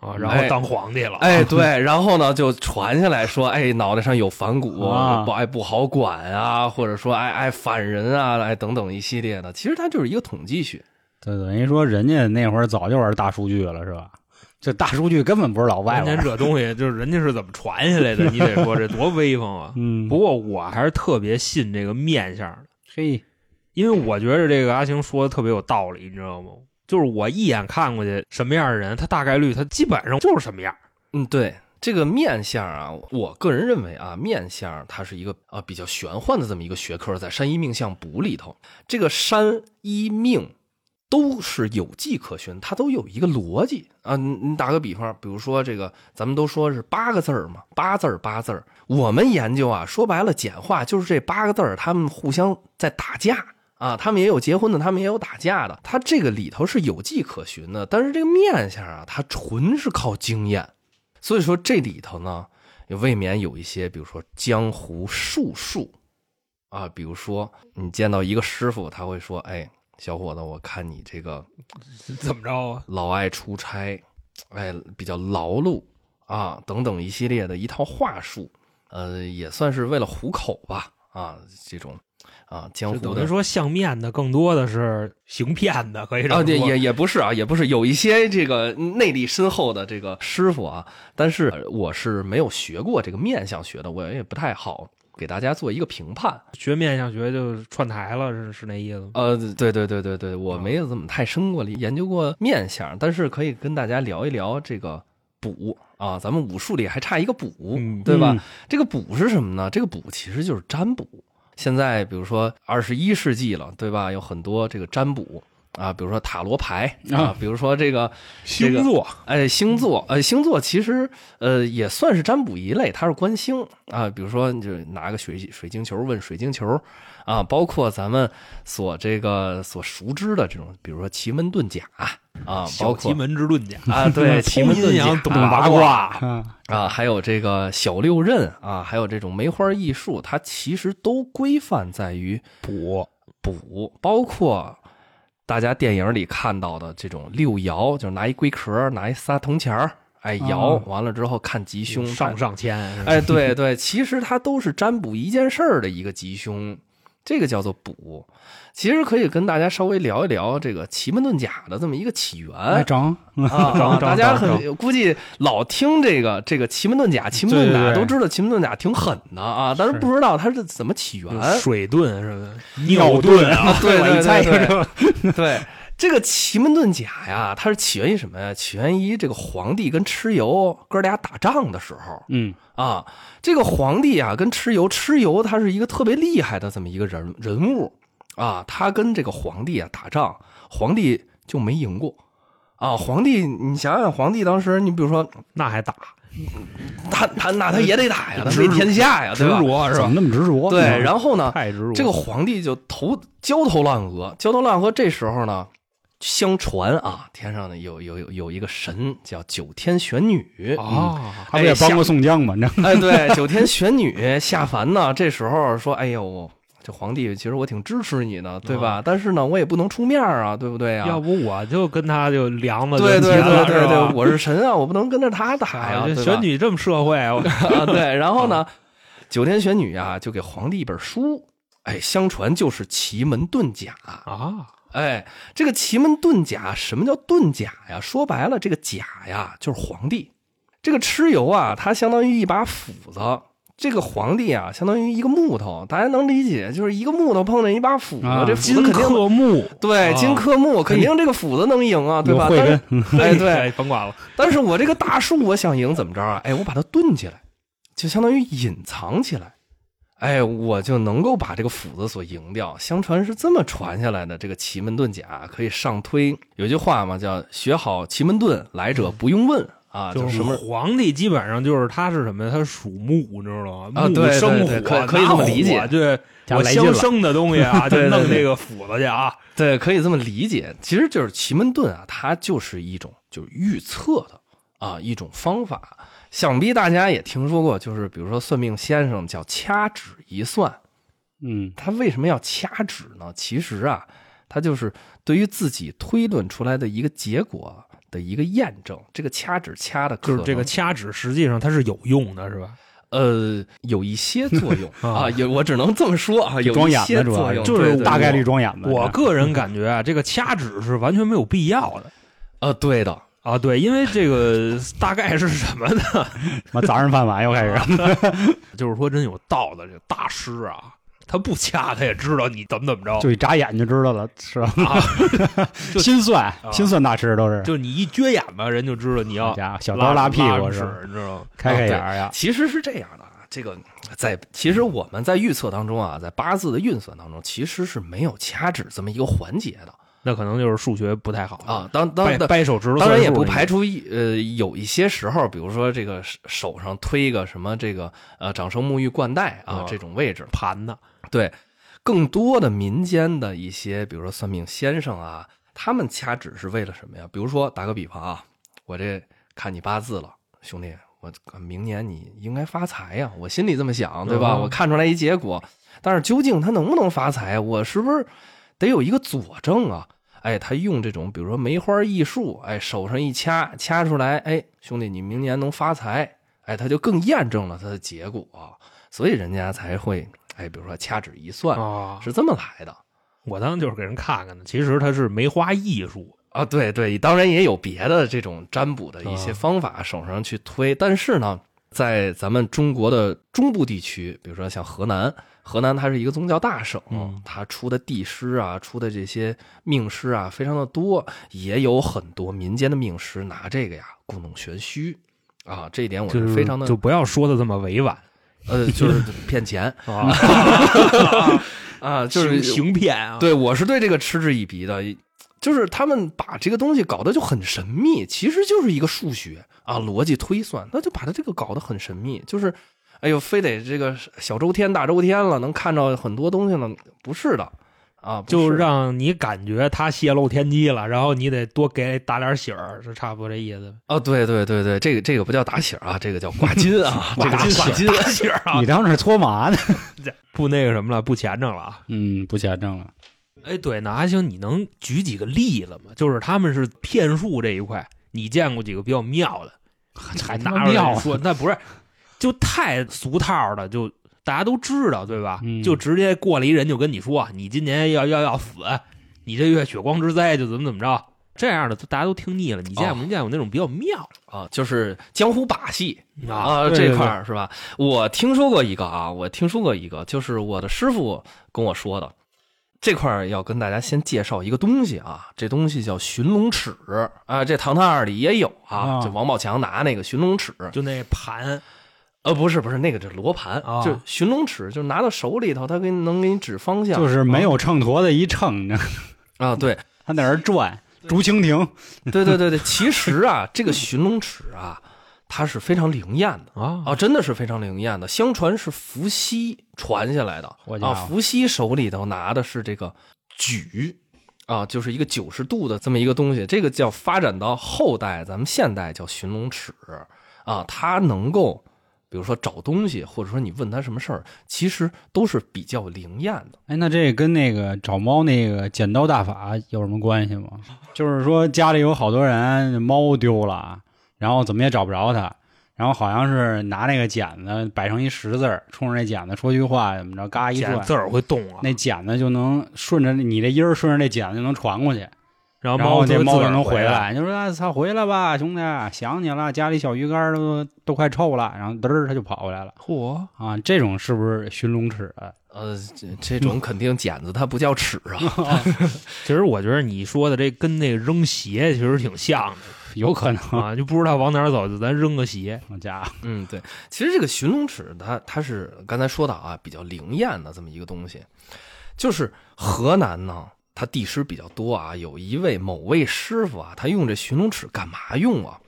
Speaker 2: 啊，然后
Speaker 3: 哎
Speaker 2: 当皇帝了。
Speaker 3: 哎，对，然后呢就传下来说，哎，脑袋上有反骨，
Speaker 1: 啊
Speaker 3: 不哎不好管啊，或者说哎哎反人啊，哎等等一系列的，其实它就是一个统计学。
Speaker 1: 这等于说人家那会儿早就玩大数据了，是吧？这大数据根本不是老外
Speaker 2: 人家
Speaker 1: 玩。
Speaker 2: 这东西就是人家是怎么传下来的，你得说这多威风 啊！
Speaker 1: 嗯，
Speaker 2: 不，过我还是特别信这个面相的，
Speaker 1: 嘿，
Speaker 2: 因为我觉得这个阿星说的特别有道理，你知道吗？就是我一眼看过去什么样的人，他大概率他基本上就是什么样。
Speaker 3: 嗯，对，这个面相啊，我个人认为啊，面相它是一个啊比较玄幻的这么一个学科，在山医命相卜里头，这个山医命都是有迹可循，它都有一个逻辑啊。你你打个比方，比如说这个，咱们都说是八个字儿嘛，八字儿八字儿，我们研究啊，说白了简化就是这八个字儿，他们互相在打架。啊，他们也有结婚的，他们也有打架的，它这个里头是有迹可循的。但是这个面相啊，它纯是靠经验，所以说这里头呢，也未免有一些，比如说江湖术数啊，比如说你见到一个师傅，他会说：“哎，小伙子，我看你这个
Speaker 2: 怎么着啊？
Speaker 3: 老爱出差，哎，比较劳碌啊，等等一系列的一套话术，呃，也算是为了糊口吧，啊，这种啊，江
Speaker 2: 就
Speaker 3: 湖
Speaker 2: 等于
Speaker 3: 的。”
Speaker 2: 说相面的更多的是行骗的，可以这
Speaker 3: 啊，
Speaker 2: 么
Speaker 3: 对，
Speaker 2: 说。
Speaker 3: 也也不是啊，也不是，有一些这个内力深厚的这个师傅啊，但是呃我是没有学过这个面相学的，我也不太好给大家做一个评判。
Speaker 2: 学面相学就串台了，是是那意思吗？
Speaker 3: 呃，对对对对对，我没有怎么太深过研究过面相，但是可以跟大家聊一聊这个。补啊，咱们武术里还差一个补，
Speaker 2: 嗯
Speaker 3: 对吧？
Speaker 1: 嗯
Speaker 3: 这个补是什么呢？这个补其实就是占卜。现在比如说二十一世纪了，对吧？有很多这个占卜啊，比如说塔罗牌啊
Speaker 1: 啊，
Speaker 3: 比如说这个这个
Speaker 2: 星座
Speaker 3: 哎，星座，呃，星座其实呃也算是占卜一类，它是观星啊。比如说，你就拿个水水晶球问水晶球啊，包括咱们所这个所熟知的这种，比如说奇门遁甲啊，包
Speaker 2: 小奇
Speaker 3: 括
Speaker 2: 门之论家，
Speaker 3: 啊， 对，奇门
Speaker 2: 阴
Speaker 3: 遁甲啊
Speaker 2: 阳懂八
Speaker 3: 卦
Speaker 2: 卦，
Speaker 1: 啊，
Speaker 3: 啊，还有这个小六壬啊，还有这种梅花易数，它其实都规范在于补补，包括大家电影里看到的这种六爻，就是拿一龟壳，拿一仨铜钱儿，哎摇，
Speaker 1: 啊
Speaker 3: 完了之后看吉凶
Speaker 2: 上。上签，
Speaker 3: 哎，对对，其实它都是占卜一件事儿的一个吉凶，这个叫做卜。其实可以跟大家稍微聊一聊这个奇门遁甲的这么一个起源。
Speaker 1: 来整，
Speaker 3: 啊，大
Speaker 2: 涨涨
Speaker 3: 家
Speaker 2: 涨
Speaker 3: 很估计老听这个这个奇门遁甲，奇门遁甲
Speaker 1: 对对对
Speaker 3: 都知道奇门遁甲挺狠的啊，但是不知道它是怎么起源。
Speaker 2: 水遁什么的，
Speaker 1: 尿
Speaker 2: 遁啊，
Speaker 3: 对对
Speaker 2: 我一猜就
Speaker 3: 对
Speaker 2: 知道
Speaker 3: 对，这个奇门遁甲呀，它是起源于什么呀？起源于这个皇帝跟蚩尤哥俩打仗的时候
Speaker 1: 嗯
Speaker 3: 啊。这个皇帝啊跟蚩尤，蚩尤他是一个特别厉害的这么一个人人物啊，他跟这个皇帝啊打仗，皇帝就没赢过。啊，皇帝，你想想，皇帝当时，你比如说
Speaker 2: 那还打
Speaker 3: 他他那他也得打呀，他
Speaker 2: 执
Speaker 3: 为
Speaker 2: 着
Speaker 3: 天下呀，
Speaker 2: 执
Speaker 3: 啊对吧？
Speaker 2: 着是
Speaker 1: 怎么
Speaker 2: 吧？
Speaker 1: 那么执着？
Speaker 3: 对，
Speaker 2: 嗯
Speaker 3: 然后呢，
Speaker 2: 太执着，
Speaker 3: 这个皇帝就头焦头烂额，焦头烂额。这时候呢，相传啊，天上呢有有有有一个神叫九天玄女，
Speaker 2: 啊，
Speaker 1: 他不也帮过宋江吗？你知道吗
Speaker 3: 哎，对，九天玄女下凡呢，这时候说，哎呦。这皇帝其实我挺支持你的，对吧？但是呢，我也不能出面啊，对不对啊？
Speaker 2: 哦要不我就跟他就凉了就
Speaker 3: 对
Speaker 2: 结了，
Speaker 3: 对对对
Speaker 2: 是吧
Speaker 3: 对，我是神啊，我不能跟着他打
Speaker 2: 哎
Speaker 3: 呀
Speaker 2: 呀，。
Speaker 3: 对
Speaker 2: 这
Speaker 3: 吧
Speaker 2: 选举这么社会，我
Speaker 3: 啊，对，然后呢，九天玄女啊就给皇帝一本书，哎，相传就是《奇门遁甲》。
Speaker 2: 啊，
Speaker 3: 哎，这个奇门遁甲，什么叫遁甲呀？说白了，这个甲呀就是皇帝。这个蚩尤啊，他相当于一把斧子。这个皇帝啊，相当于一个木头，大家能理解，就是一个木头碰见一把斧子，
Speaker 1: 啊
Speaker 3: 这斧子
Speaker 2: 金
Speaker 3: 肯定
Speaker 2: 克木，
Speaker 3: 对
Speaker 2: 啊
Speaker 3: 金克木，肯定这个斧子能赢啊，对
Speaker 1: 有
Speaker 3: 吧？
Speaker 1: 慧
Speaker 3: 但是
Speaker 1: 根，嗯
Speaker 3: 哎， 对，，
Speaker 2: 甭管了，
Speaker 3: 但是我这个大树，我想赢怎么着啊？哎，我把它炖起来，就相当于隐藏起来，哎，我就能够把这个斧子所赢掉。相传是这么传下来的，这个奇门遁甲可以上推。有句话嘛，叫“学好奇门遁，来者不用问”啊，就
Speaker 2: 就是
Speaker 3: 什么。
Speaker 2: 皇帝基本上就是他是什么呀？他属木，你知道吗？
Speaker 3: 啊
Speaker 2: 木
Speaker 3: 对对
Speaker 2: 生
Speaker 3: 对
Speaker 2: 火，
Speaker 3: 可可以这么理解
Speaker 2: 拿火对，
Speaker 1: 加
Speaker 2: 我
Speaker 1: 来劲
Speaker 2: 相
Speaker 1: 了，
Speaker 2: 生的东西 啊，就
Speaker 3: 对对对
Speaker 2: 弄这个斧子去啊，
Speaker 3: 对，可以这么理解，其实就是奇门遁啊，它就是一种就是预测的啊一种方法。想必大家也听说过，就是比如说算命先生叫掐指一算，
Speaker 1: 嗯
Speaker 3: 他为什么要掐指呢？其实啊，他就是对于自己推论出来的一个结果的一个验证。这个掐指掐的可
Speaker 2: 就是
Speaker 3: 能
Speaker 2: 这个掐指，实际上它是有用的，是吧？
Speaker 3: 呃有一些作用
Speaker 2: 啊
Speaker 3: 啊，有我只能这么说啊，有
Speaker 1: 装
Speaker 3: 一
Speaker 1: 眼
Speaker 3: 些
Speaker 1: 子主要
Speaker 3: 作用，
Speaker 2: 就
Speaker 3: 对
Speaker 2: 是
Speaker 3: 对
Speaker 1: 大概率
Speaker 3: 对
Speaker 1: 装眼子。
Speaker 2: 我
Speaker 1: 你知道吗
Speaker 2: 个人感觉啊，这个掐指是完全没有必要的
Speaker 3: 呃对的，
Speaker 2: 啊。对，因为这个大概是什么呢？
Speaker 1: 妈早上饭碗又开始，
Speaker 2: 就是说，真有道的这个大师啊，他不掐，他也知道你怎么怎么 着。
Speaker 1: 就一眨眼就知道了，是吧？
Speaker 2: 啊，就
Speaker 1: 心算，
Speaker 2: 啊
Speaker 1: 心算大师都是。
Speaker 2: 就是你一撅眼吧，人就知道你要
Speaker 1: 好家伙，啊小刀拉屁股是吧，
Speaker 2: 屎，你知道吗？
Speaker 1: 开开眼儿呀。
Speaker 3: 其实是这样的啊，这个在其实我们在预测当中啊，在八字的运算当中，其实是没有掐指这么一个环节的
Speaker 2: 那可能就是数学不太好
Speaker 3: 啊。当当
Speaker 2: 掰
Speaker 3: 当
Speaker 2: 掰手指头，
Speaker 3: 当然也不排。除一呃有一些时候，比如说这个手手上推个什么这个呃掌生沐浴冠带啊
Speaker 2: 啊
Speaker 3: 这种位置，
Speaker 2: 盘呢，
Speaker 3: 对，更多的民间的一些，比如说算命先生啊，他们掐指是为了什么呀？比如说打个比方啊，我这看你八字了，兄弟，我明年你应该发财呀，我心里这么想，对吧？
Speaker 2: 嗯
Speaker 3: 我看出来一结果，但是究竟他能不能发财，我是不是得有一个佐证啊？哎，他用这种比如说梅花易数，哎，手上一掐，掐出来，哎，兄弟，你明年能发财，哎，他就更验证了他的结果、所以人家才会，哎，比如说掐指一算，
Speaker 2: 啊，
Speaker 3: 是这么来的
Speaker 2: 我当时就是给人看看的，其实它是梅花艺术，
Speaker 3: 啊。对对，当然也有别的这种占卜的一些
Speaker 2: 啊
Speaker 3: 方法，手上去推，但是呢，在咱们中国的中部地区，比如说像河南，河南它是一个宗教大省，
Speaker 2: 嗯
Speaker 3: 它出的帝师啊，出的这些命师啊，非常的多，也有很多民间的命师拿这个呀故弄玄虚。啊，这一点我
Speaker 2: 就是
Speaker 3: 非常的
Speaker 2: 就不要说的这么委婉
Speaker 3: 呃，就是骗钱
Speaker 2: 啊，
Speaker 3: 啊，就是
Speaker 2: 行骗啊，
Speaker 3: 对我是对这个嗤之以鼻的，就是他们把这个东西搞得就很神秘，其实就是一个数学啊，逻辑推算，那就把它这个搞得很神秘，就是。哎呦，非得这个小周天大周天了，能看到很多东西了，不是的啊，不
Speaker 2: 就是
Speaker 3: 的
Speaker 2: 让你感觉他泄露天机了，然后你得多给打点喜儿，是差不多这意思。
Speaker 3: 哦，对对对对，这个这个不叫打喜儿啊，这个叫挂金啊， 这个
Speaker 2: 打
Speaker 3: 挂金
Speaker 2: 打喜儿啊
Speaker 1: 你，当那儿搓麻呢？
Speaker 2: 不那个什么了，不虔诚了啊。
Speaker 1: 嗯，不钱挣了。
Speaker 2: 哎，对，那阿星，你能举几个例子吗？就是他们是骗术这一块，你见过几个比较妙的？还
Speaker 1: 他
Speaker 2: 拿
Speaker 1: 妈
Speaker 2: 出来
Speaker 1: 妙啊
Speaker 2: 说，那不是就太俗套的，就大家都知道，对吧？
Speaker 1: 嗯
Speaker 2: 就直接过来一人就跟你说，你今年要要要死，你这月血光之灾就怎么怎么着，这样的大家都听腻了。你
Speaker 1: 哦
Speaker 2: 见过没见过那种比较妙
Speaker 3: 啊，就是江湖把戏
Speaker 2: 的
Speaker 3: 啊
Speaker 1: 对对
Speaker 3: 这块儿是吧？我听说过一个啊，我听说过一个，就是我的师傅跟我说的。这块儿要跟大家先介绍一个东西啊，这东西叫寻龙尺啊，这《唐探二》里也有啊，
Speaker 1: 啊
Speaker 3: 就王宝强拿那个寻龙尺，
Speaker 2: 就那盘
Speaker 3: 呃，不是不是，那个是罗盘
Speaker 2: 啊
Speaker 3: 就寻龙尺，就拿到手里头，他给你能给你指方向，
Speaker 1: 就是没有秤砣的一秤，
Speaker 3: 啊，对，
Speaker 1: 他在那儿转。竹蜻蜓，
Speaker 3: 对对对对，其实啊，这个寻龙尺啊，它是非常灵验的
Speaker 2: 啊
Speaker 3: 啊，真的是非常灵验的。相传是伏羲传下来的
Speaker 1: 我家
Speaker 3: 啊，
Speaker 1: 伙
Speaker 3: 伏羲手里头拿的是这个矩啊，就是一个九十度的这么一个东西，这个叫发展到后代，咱们现代叫寻龙尺啊，它能够。比如说找东西，或者说你问他什么事儿，其实都是比较灵验的。
Speaker 1: 哎，那这跟那个找猫那个剪刀大法有什么关系吗？就是说家里有好多人猫丢了，然后怎么也找不着它，然后好像是拿那个剪子摆成一十字儿，冲着那剪子说句话，怎么着，嘎一
Speaker 2: 剪
Speaker 1: 转，
Speaker 2: 字儿会动啊，
Speaker 1: 那剪子就能顺着你这音儿，顺着那剪子就能传过去，
Speaker 2: 然后
Speaker 1: 然后
Speaker 2: 猫
Speaker 1: 这
Speaker 2: 会
Speaker 1: 猫
Speaker 2: 自
Speaker 1: 就
Speaker 2: 个儿
Speaker 1: 能
Speaker 2: 回
Speaker 1: 回。来。你就说啊操，回来吧，兄弟，啊想你了，家里小鱼干儿都都快臭了，然后嘚儿它就跑回来了
Speaker 2: 嚯，
Speaker 1: 啊！这种是不是寻龙尺啊？
Speaker 3: 呃，这这种肯定剪子它不叫尺 啊，
Speaker 2: 其实我觉得你说的这跟那个扔鞋其实挺像
Speaker 1: 有可能，
Speaker 2: 的 啊，就不知道往哪儿走，就咱扔个鞋。
Speaker 1: 好家伙，
Speaker 3: 嗯，对，其实这个寻龙尺它它是刚才说的啊，比较灵验的这么一个东西，就是河南呢，它地师比较多啊，有一位某位师傅啊，他用这寻龙尺干嘛用啊？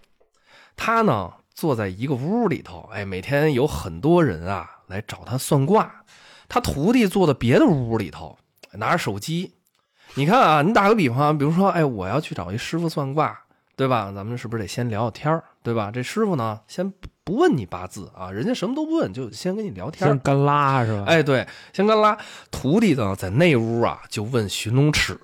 Speaker 3: 他呢坐在一个屋里头，哎，每天有很多人啊来找他算卦，他徒弟坐在别的屋里头，拿着手机。你看啊，你打个比方，比如说，哎，我要去找一师傅算卦，对吧？咱们是不是得先聊聊天儿，对吧？这师傅呢，先不不问你八字啊，人家什么都不问，就先跟你聊天儿
Speaker 2: 像。干拉是吧？
Speaker 3: 哎，对，先跟拉徒弟呢，在那屋啊，就问寻龙尺，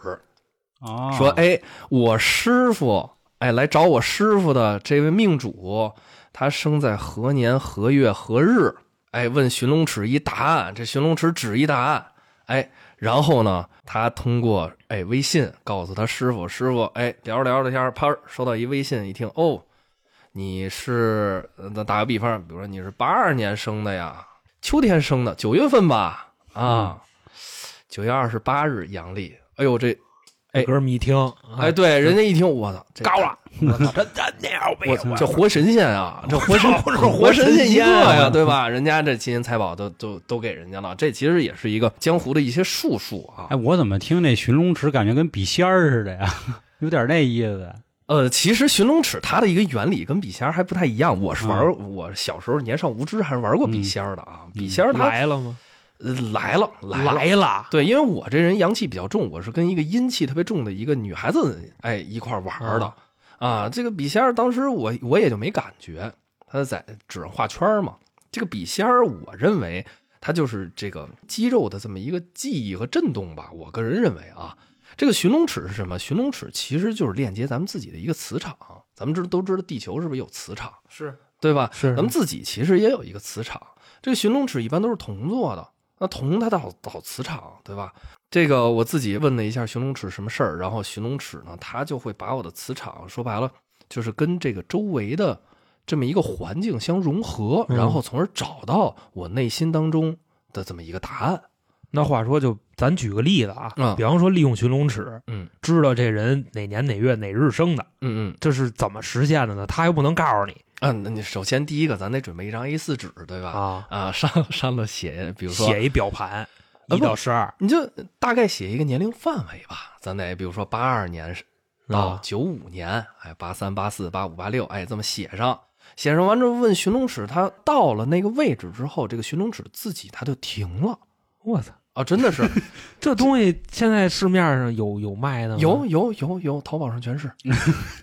Speaker 1: 哦，
Speaker 3: 说，哎，我师傅，哎，来找我师傅的这位命主，他生在何年何月何日？哎，问寻龙尺一答案，这寻龙尺指一答案，哎，然后呢，他通过哎微信告诉他师傅，师傅，哎，聊着聊着天儿，啪，收到一微信，一听，哦，你是，那打个比方，比如说你是八二年生的呀，秋天生的，九月份吧，啊，九、月二十八日阳历，哎呦，这哎
Speaker 2: 哥们一听，
Speaker 3: 哎，，对，人家一听，我操，这
Speaker 2: 高了，真真牛逼
Speaker 3: 啊我操，这活神仙啊，这活神
Speaker 2: 这
Speaker 3: 活神仙一啊个
Speaker 2: 活神
Speaker 3: 呀，
Speaker 2: 仙
Speaker 3: 对吧？人家这金银财宝都都都给人家了，这其实也是一个江湖的一些术数啊
Speaker 1: 哎，。我怎么听这寻龙尺感觉跟笔仙儿似的呀？ 有点那意思。
Speaker 3: 呃，其实寻龙尺它的一个原理跟笔仙儿还不太一样。我是玩，我小时候年少无知还是玩过笔仙儿的啊。笔仙儿它
Speaker 2: 来了吗？
Speaker 3: 呃来了来了。
Speaker 2: 了，
Speaker 3: 对，因为我这人阳气比较重，我是跟一个阴气特别重的一个女孩子哎一块儿玩儿的啊。这个笔仙儿当时我我也就没感觉，他在纸上画圈儿嘛。这个笔仙儿，我认为它就是这个肌肉的这么一个记忆和震动吧。我个人认为啊，这个寻龙尺是什么？寻龙尺其实就是链接咱们自己的一个磁场。咱们知都知道地球是不是有磁场，
Speaker 2: 是
Speaker 3: 对吧？
Speaker 2: 是
Speaker 3: 咱们自己其实也有一个磁场，这个寻龙尺一般都是铜做的，那铜它导导磁场，对吧？这个我自己问了一下寻龙尺什么事儿，然后寻龙尺呢，它就会把我的磁场说白了就是跟这个周围的这么一个环境相融合，
Speaker 2: 嗯
Speaker 3: 然后从而找到我内心当中的这么一个答案。
Speaker 2: 那话说就，咱举个例子啊，
Speaker 3: 嗯
Speaker 2: 比方说利用寻龙尺，
Speaker 3: 嗯
Speaker 2: 知道这人哪年哪月哪日生的，
Speaker 3: 嗯嗯，
Speaker 2: 这是怎么实现的呢？他又不能告诉你，
Speaker 3: 嗯，那你首先第一个，咱得准备一张 A 4纸，对吧？
Speaker 2: 啊，
Speaker 3: 啊，上上头写，比如说
Speaker 2: 写一表盘，
Speaker 3: 啊
Speaker 2: 一
Speaker 3: 不
Speaker 2: 到十二
Speaker 3: 你就大概写一个年龄范围吧，咱得比如说八二年到
Speaker 2: 啊，
Speaker 3: 九五年，哎，八三、八四、八五、八六，哎，这么写上。写上完之后，问寻龙尺，他到了那个位置之后，这个寻龙尺自己他就停了
Speaker 2: 我操，
Speaker 3: 啊！真的 是
Speaker 2: 这东西现在市面上有有卖的吗？
Speaker 3: 有有有有，淘宝上全是，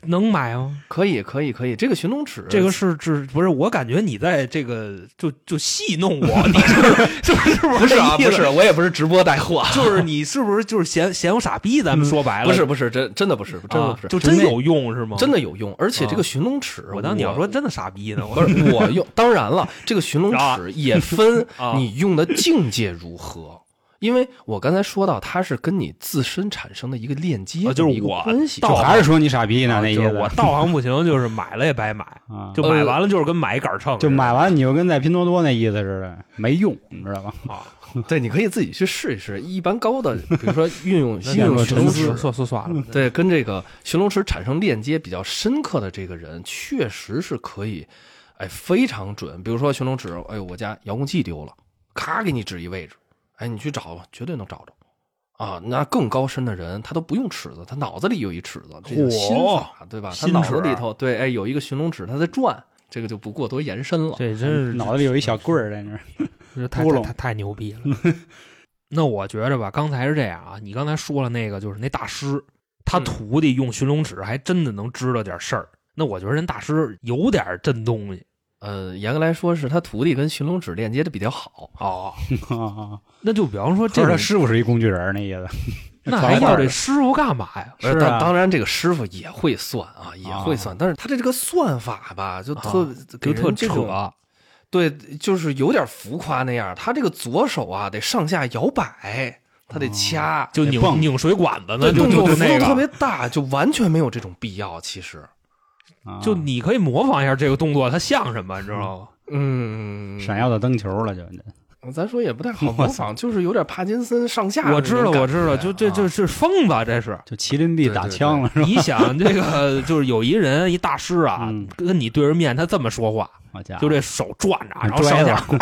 Speaker 2: 能买吗？
Speaker 3: 可以可以可以。这个寻龙尺，
Speaker 2: 这个是指不是？我感觉你在这个就就戏弄 我，你是是不是是
Speaker 3: 不
Speaker 2: 不
Speaker 3: 是啊？
Speaker 2: 这意
Speaker 3: 不
Speaker 2: 思
Speaker 3: 是，我也不是直播带货，
Speaker 2: 就是你是不是就是嫌嫌我傻逼？咱们说白了，
Speaker 3: 不是不是，真真的不是，真的
Speaker 2: 啊
Speaker 3: 不是，
Speaker 2: 嗯就真
Speaker 3: 的
Speaker 2: 有用是吗？
Speaker 3: 真
Speaker 2: 的，
Speaker 3: 的有用。而且这个
Speaker 2: 啊
Speaker 3: 寻龙尺，
Speaker 2: 我当你要说真的傻逼呢，
Speaker 3: 不
Speaker 2: 我
Speaker 3: 是我用，当然了，这个寻龙
Speaker 2: 啊
Speaker 3: 尺也分
Speaker 2: 啊
Speaker 3: 你用的境界如何。因为我刚才说到，它是跟你自身产生的一个链接，
Speaker 2: 啊就是
Speaker 3: 一个
Speaker 2: 我
Speaker 3: 关系。
Speaker 2: 到
Speaker 1: 就
Speaker 2: 了
Speaker 1: 还是说你傻逼呢？
Speaker 2: 啊
Speaker 1: 那意
Speaker 2: 就是我
Speaker 1: 思
Speaker 2: 道行不行，就是买了也白买，
Speaker 1: 啊，
Speaker 2: 就买完了呃就是跟买一杆秤似的，
Speaker 1: 就买完你就跟在拼多多那意思似的，没用，你知道吗？
Speaker 2: 啊，
Speaker 3: 对，你可以自己去试一试。一般高的，比如说运用
Speaker 2: 那
Speaker 3: 运用
Speaker 1: 个
Speaker 3: 寻
Speaker 1: 沉
Speaker 3: 龙
Speaker 1: 思
Speaker 3: 尺
Speaker 2: 算，算算算了吧，
Speaker 3: 对，跟这个寻龙尺产生链接比较深刻的这个人，确实是可以，哎，非常准。比如说寻龙尺，哎呦，我家遥控器丢了，咔给你指一位置，哎，你去找，绝对能找着。啊，那更高深的人，他都不用尺子，他脑子里有一尺子，这叫心
Speaker 2: 嚯
Speaker 3: 法，对吧？他
Speaker 2: 心
Speaker 3: 脑
Speaker 2: 尺
Speaker 3: 子里头，对，哎，有一个寻龙尺，他在转，这个就不过多延伸了。
Speaker 2: 这真 是
Speaker 1: 脑子里有一小棍儿在那儿，
Speaker 2: 这太
Speaker 1: 窟窿
Speaker 2: 太太太牛逼了。 那我觉着吧，刚才是这样啊，你刚才说了那个，就是那大师他
Speaker 3: 嗯
Speaker 2: 徒弟用寻龙尺，还真的能知道点事儿。那我觉得人大师有点真东西
Speaker 3: 呃，严格来说，是他徒弟跟寻龙尺链接的比较好。
Speaker 2: 哦。
Speaker 1: 啊
Speaker 2: 那就比方说
Speaker 1: 就
Speaker 2: 这
Speaker 1: 是他
Speaker 2: 种，
Speaker 1: 师傅是一工具人儿那哎意 思。
Speaker 2: 那
Speaker 1: 传
Speaker 2: 还
Speaker 1: 话
Speaker 2: 要
Speaker 1: 儿
Speaker 2: 这
Speaker 1: 的
Speaker 2: 师傅干嘛呀？
Speaker 1: 是
Speaker 3: 呃当
Speaker 1: 啊
Speaker 3: 当然，这个师傅也会算啊，也会算，但是他的这个算法吧，就特、
Speaker 2: 啊
Speaker 3: 给
Speaker 2: 就特
Speaker 3: 人这种
Speaker 2: 扯，
Speaker 3: 对，就是有点浮夸那样。他这个左手啊，得上下摇摆，他得掐，
Speaker 2: 就
Speaker 1: 得
Speaker 2: 拧
Speaker 1: 蹦
Speaker 2: 拧水管子呢，
Speaker 3: 对
Speaker 2: 就
Speaker 3: 动
Speaker 2: 就
Speaker 3: 作
Speaker 2: 就
Speaker 3: 幅
Speaker 2: 那
Speaker 3: 度特
Speaker 2: 个，
Speaker 3: 别大，就完全没有这种必要。其实，
Speaker 1: 啊
Speaker 2: 就你可以模仿一下这个动作，它像什么，你知道吗？
Speaker 3: 嗯，
Speaker 1: 闪耀的灯球了，就
Speaker 3: 咱说也不 太好模仿，就是有点帕金森上下的
Speaker 2: 我
Speaker 3: 那
Speaker 2: 知
Speaker 3: 种
Speaker 2: 道，
Speaker 3: 感觉。
Speaker 2: 我知道，就这
Speaker 3: 啊
Speaker 2: 这是疯子，这是。
Speaker 1: 就麒麟臂
Speaker 3: 对
Speaker 1: 打
Speaker 3: 对
Speaker 1: 枪了，是吧？
Speaker 2: 你想这个就是有一人一大师啊
Speaker 1: 嗯，
Speaker 2: 跟你对着面，他这么说话，
Speaker 1: 好家伙，
Speaker 2: 就这手转着啊，
Speaker 1: 你
Speaker 2: 然后
Speaker 1: 拽
Speaker 2: 上
Speaker 1: 了
Speaker 2: 下滚，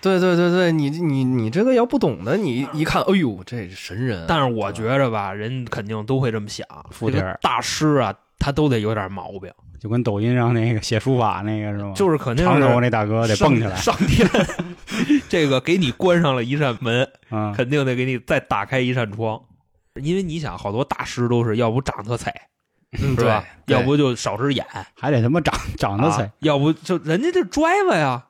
Speaker 3: 对对对对，你你你这个要不懂的，你一看，哎呦，这神人。
Speaker 2: 但是我觉着吧，人肯定都会这么想，
Speaker 1: 附
Speaker 2: 这个
Speaker 1: 体儿
Speaker 2: 大师啊，他都得有点毛病，
Speaker 1: 就跟抖音上那个写书法那个是吗？
Speaker 2: 就是肯定
Speaker 1: 嗯长头
Speaker 2: 是
Speaker 1: 那大哥得蹦起来，
Speaker 2: 上上天 这个给你关上了一扇门，
Speaker 1: 嗯，
Speaker 2: 肯定得给你再打开一扇窗，因为你想，好多大师都是要不长特菜，
Speaker 3: 嗯
Speaker 2: 是吧？
Speaker 3: 对
Speaker 2: 要不就少只眼，
Speaker 1: 还得他妈长长得才
Speaker 2: 啊，要不就人家这拽吧呀，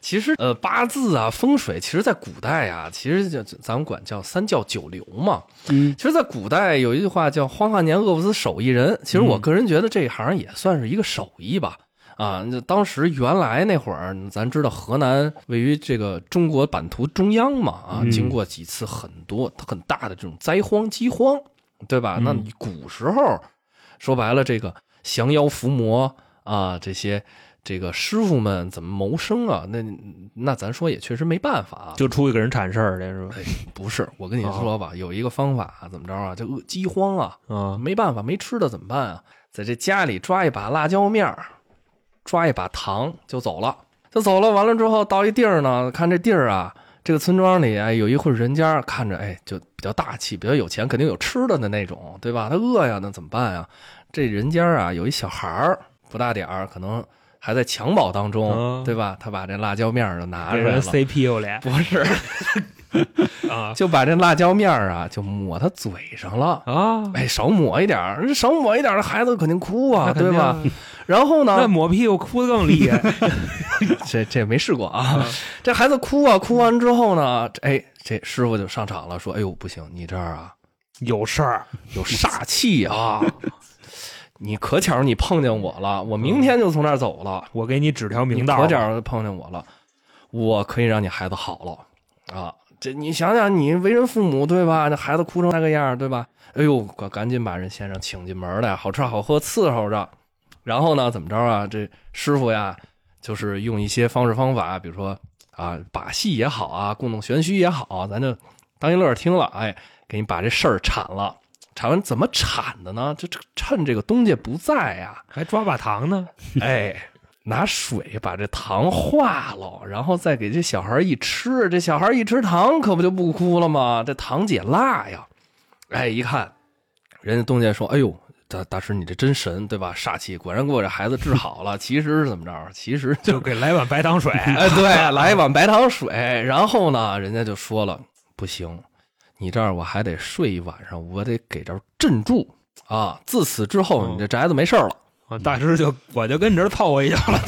Speaker 3: 其实呃，八字啊，风水，其实在古代啊，其实就就咱们管叫三教九流嘛。
Speaker 1: 嗯，
Speaker 3: 其实，在古代有一句话叫“荒旱年饿不死手艺人”，其实我
Speaker 2: 嗯
Speaker 3: 个人觉得这一行也算是一个手艺吧。啊，那当时原来那会儿，咱知道河南位于这个中国版图中央嘛，啊，
Speaker 1: 嗯
Speaker 3: 经过几次很多很大的这种灾荒、饥荒，对吧？
Speaker 2: 嗯
Speaker 3: 那你古时候说白了，这个降妖伏魔啊，这些这个师傅们怎么谋生啊？那那咱说也确实没办法啊。
Speaker 2: 就哦出去给人铲事儿，这是吧？
Speaker 3: 哎，不是，我跟你说吧，有一个方法啊，怎么着啊？就饿饥荒啊，
Speaker 2: 啊，
Speaker 3: 没办法，没吃的怎么办啊？在这家里抓一把辣椒面儿，抓一把糖就走了，就走了。完了之后到一地儿呢，看这地儿啊，这个村庄里哎有一户人家，看着哎就比较大气，比较有钱，肯定有吃的的那种，对吧？他饿呀，那怎么办呀？这人家啊有一小孩儿不大点儿，可能还在襁褓当中，
Speaker 2: 嗯
Speaker 3: 对吧？他把这辣椒面儿就拿
Speaker 2: 给
Speaker 3: 出来
Speaker 2: 人
Speaker 3: 了，
Speaker 2: 塞屁股脸
Speaker 3: 不 是，
Speaker 2: 啊
Speaker 3: 就把这辣椒面儿啊就抹他嘴上了。
Speaker 2: 啊，
Speaker 3: 哎，少抹一点儿，少抹一点儿，孩子肯定哭啊，
Speaker 2: 那肯
Speaker 3: 对
Speaker 2: 定
Speaker 3: 吧？
Speaker 2: 啊？
Speaker 3: 然后
Speaker 2: 那
Speaker 3: 呢，
Speaker 2: 抹屁股哭的更厉害
Speaker 3: 这这没试过啊。这孩子哭啊，哭完之后呢，这哎，这师傅就上场了，说：“哎呦，不行，你这儿啊
Speaker 2: 有事儿
Speaker 3: 有煞气啊，你可巧儿你碰见我了，我明天就从那儿走了，
Speaker 2: 我给你指条
Speaker 3: 你
Speaker 2: 明道
Speaker 3: 可
Speaker 2: 儿
Speaker 3: 巧
Speaker 2: 吧。
Speaker 3: 儿碰见我了，我可以让你孩子好了啊。”这你想想，你为人父母对吧？那孩子哭成那个样儿对吧？哎呦，赶赶紧把人先生请进门来，好吃好喝伺候着。然后呢，怎么着啊？这师傅呀，就是用一些方式方法，比如说啊，把戏也好啊，故弄玄虚也好，啊咱就当一乐儿听了。哎，给你把这事儿铲了。铲完怎么铲的呢？就这趁这个东家不在啊，
Speaker 2: 还抓把糖呢，
Speaker 3: 哎，拿水把这糖化了，然后再给这小孩一吃，这小孩一吃糖可不就不哭了吗？这糖解辣呀！哎，一看，人家东家说：“哎呦，大大师你这真神，对吧？煞气果然给我这孩子治好了。其实是怎么着？其实 就
Speaker 2: 就给来碗白糖 水。
Speaker 3: 哎，对，来一碗白糖水。然后呢，人家就说了，不行，你这儿我还得睡一晚上，我得给这儿镇住啊。自此之后，你这宅子没事儿了，
Speaker 2: 啊大师就我就跟你这儿凑合一下了，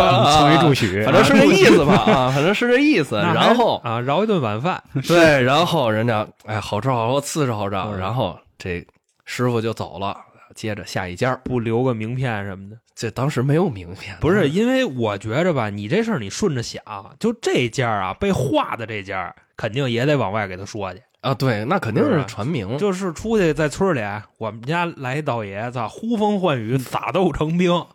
Speaker 2: 啊
Speaker 1: 送嗯一祝许
Speaker 3: 反，正是这意思吧啊，反正是这意思。
Speaker 2: 那还
Speaker 3: 然后
Speaker 2: 啊，饶一顿晚饭，
Speaker 3: 对，然后人家哎，好吃好喝，伺候着，
Speaker 2: 嗯
Speaker 3: 然后这师傅就走了。接着下一家，
Speaker 2: 不留个名片什么的。
Speaker 3: 这当时没有名片，
Speaker 2: 不是，因为我觉着吧，你这事儿你顺着想，就这家啊，被画的这家肯定也得往外给他说去。
Speaker 3: 啊？对，那肯定
Speaker 2: 是
Speaker 3: 是
Speaker 2: 吧
Speaker 3: 传名，
Speaker 2: 就是出去在村里，啊我们家来一道爷，操，呼风唤雨，撒豆成兵。
Speaker 3: 嗯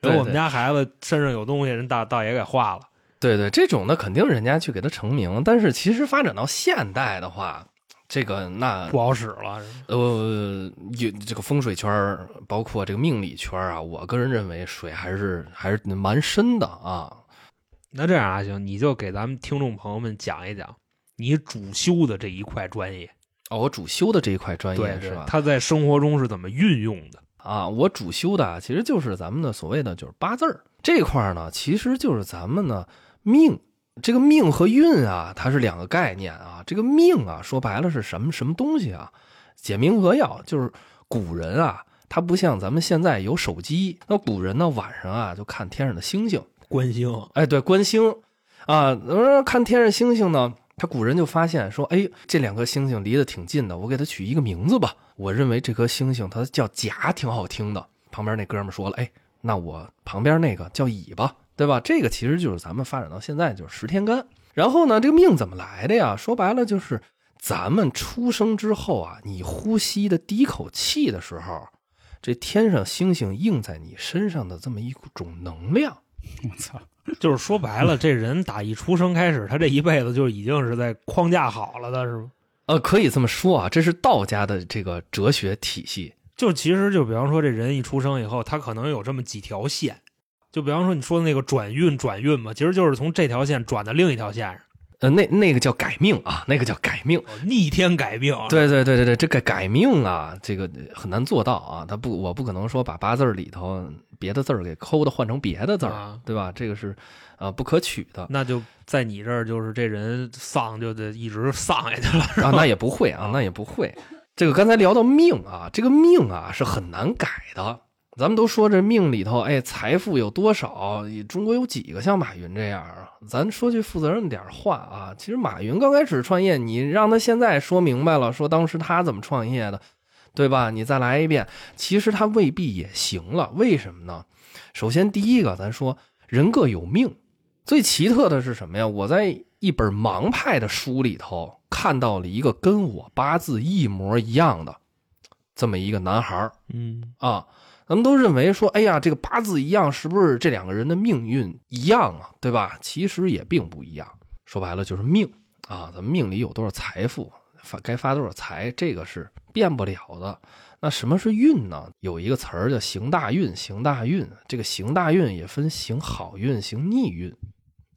Speaker 3: 对
Speaker 2: 然后我们
Speaker 3: 对
Speaker 2: 家孩子身上有东西，人大大爷给化了。
Speaker 3: 对对，这种呢肯定人家去给他成名，但是其实发展到现代的话，这个那
Speaker 2: 不好使了，是吧
Speaker 3: 呃，有这个风水圈儿，包括这个命理圈儿啊，我个人认为水还是还是蛮深的啊。
Speaker 2: 那这样啊，行，你就给咱们听众朋友们讲一讲你主修的这一块专业，
Speaker 3: 哦，我主修的这一块专业
Speaker 2: 对，
Speaker 3: 是
Speaker 2: 对
Speaker 3: 吧？
Speaker 2: 它在生活中是怎么运用的？
Speaker 3: 啊，我主修的啊其实就是咱们的所谓的就是八字儿这块儿呢，其实就是咱们呢命。这个命和运啊，它是两个概念啊。这个命啊，说白了是什么什么东西啊？简明扼要，就是古人啊，他不像咱们现在有手机，那古人呢晚上啊就看天上的星星，
Speaker 2: 观星
Speaker 3: 哎，对，观星啊，呃，看天上星星呢，他古人就发现说，哎，这两颗星星离得挺近的，我给它取一个名字吧。我认为这颗星星它叫甲，挺好听的。旁边那哥们儿说了，哎，那我旁边那个叫乙吧，对吧？这个其实就是咱们发展到现在就是十天干。然后呢，这个命怎么来的呀？说白了就是咱们出生之后啊，你呼吸的第一口气的时候，这天上星星映在你身上的这么一种能量。
Speaker 1: 我操，
Speaker 2: 就是说白了，这人打一出生开始，他这一辈子就已经是在框架好了的，是吗？
Speaker 3: 呃，可以这么说啊，这是道家的这个哲学体系。
Speaker 2: 就其实就比方说，这人一出生以后，他可能有这么几条线，就比方说你说的那个转运转运嘛，其实就是从这条线转到另一条线上，
Speaker 3: 呃，那那个叫改命啊，那个叫改命。
Speaker 2: 哦逆天改命。，
Speaker 3: 对对对对对，这个改命啊，这个很难做到啊。他不，我不可能说把八字儿里头别的字儿给抠的换成别的字儿，
Speaker 2: 啊
Speaker 3: 对吧？这个是呃不可取的
Speaker 2: 那就在你这儿就是这人丧就得一直丧下去了。
Speaker 3: 啊。那也不会啊，那也不会。这个刚才聊到命啊，这个命啊是很难改的。咱们都说这命里头，哎，财富有多少？中国有几个像马云这样啊？咱说句负责任点儿话啊，其实马云刚开始创业，你让他现在说明白了，说当时他怎么创业的，对吧？你再来一遍，其实他未必也行了。为什么呢？首先第一个，咱说人各有命。最奇特的是什么呀？我在一本盲派的书里头看到了一个跟我八字一模一样的这么一个男孩儿，
Speaker 2: 嗯，
Speaker 3: 啊，咱们都认为说，哎呀，这个八字一样，是不是这两个人的命运一样啊？对吧？其实也并不一样。说白了就是命啊，咱们命里有多少财富，发该发多少财，这个是变不了的。那什么是运呢？有一个词儿叫行大运，行大运。这个行大运也分行好运、行逆运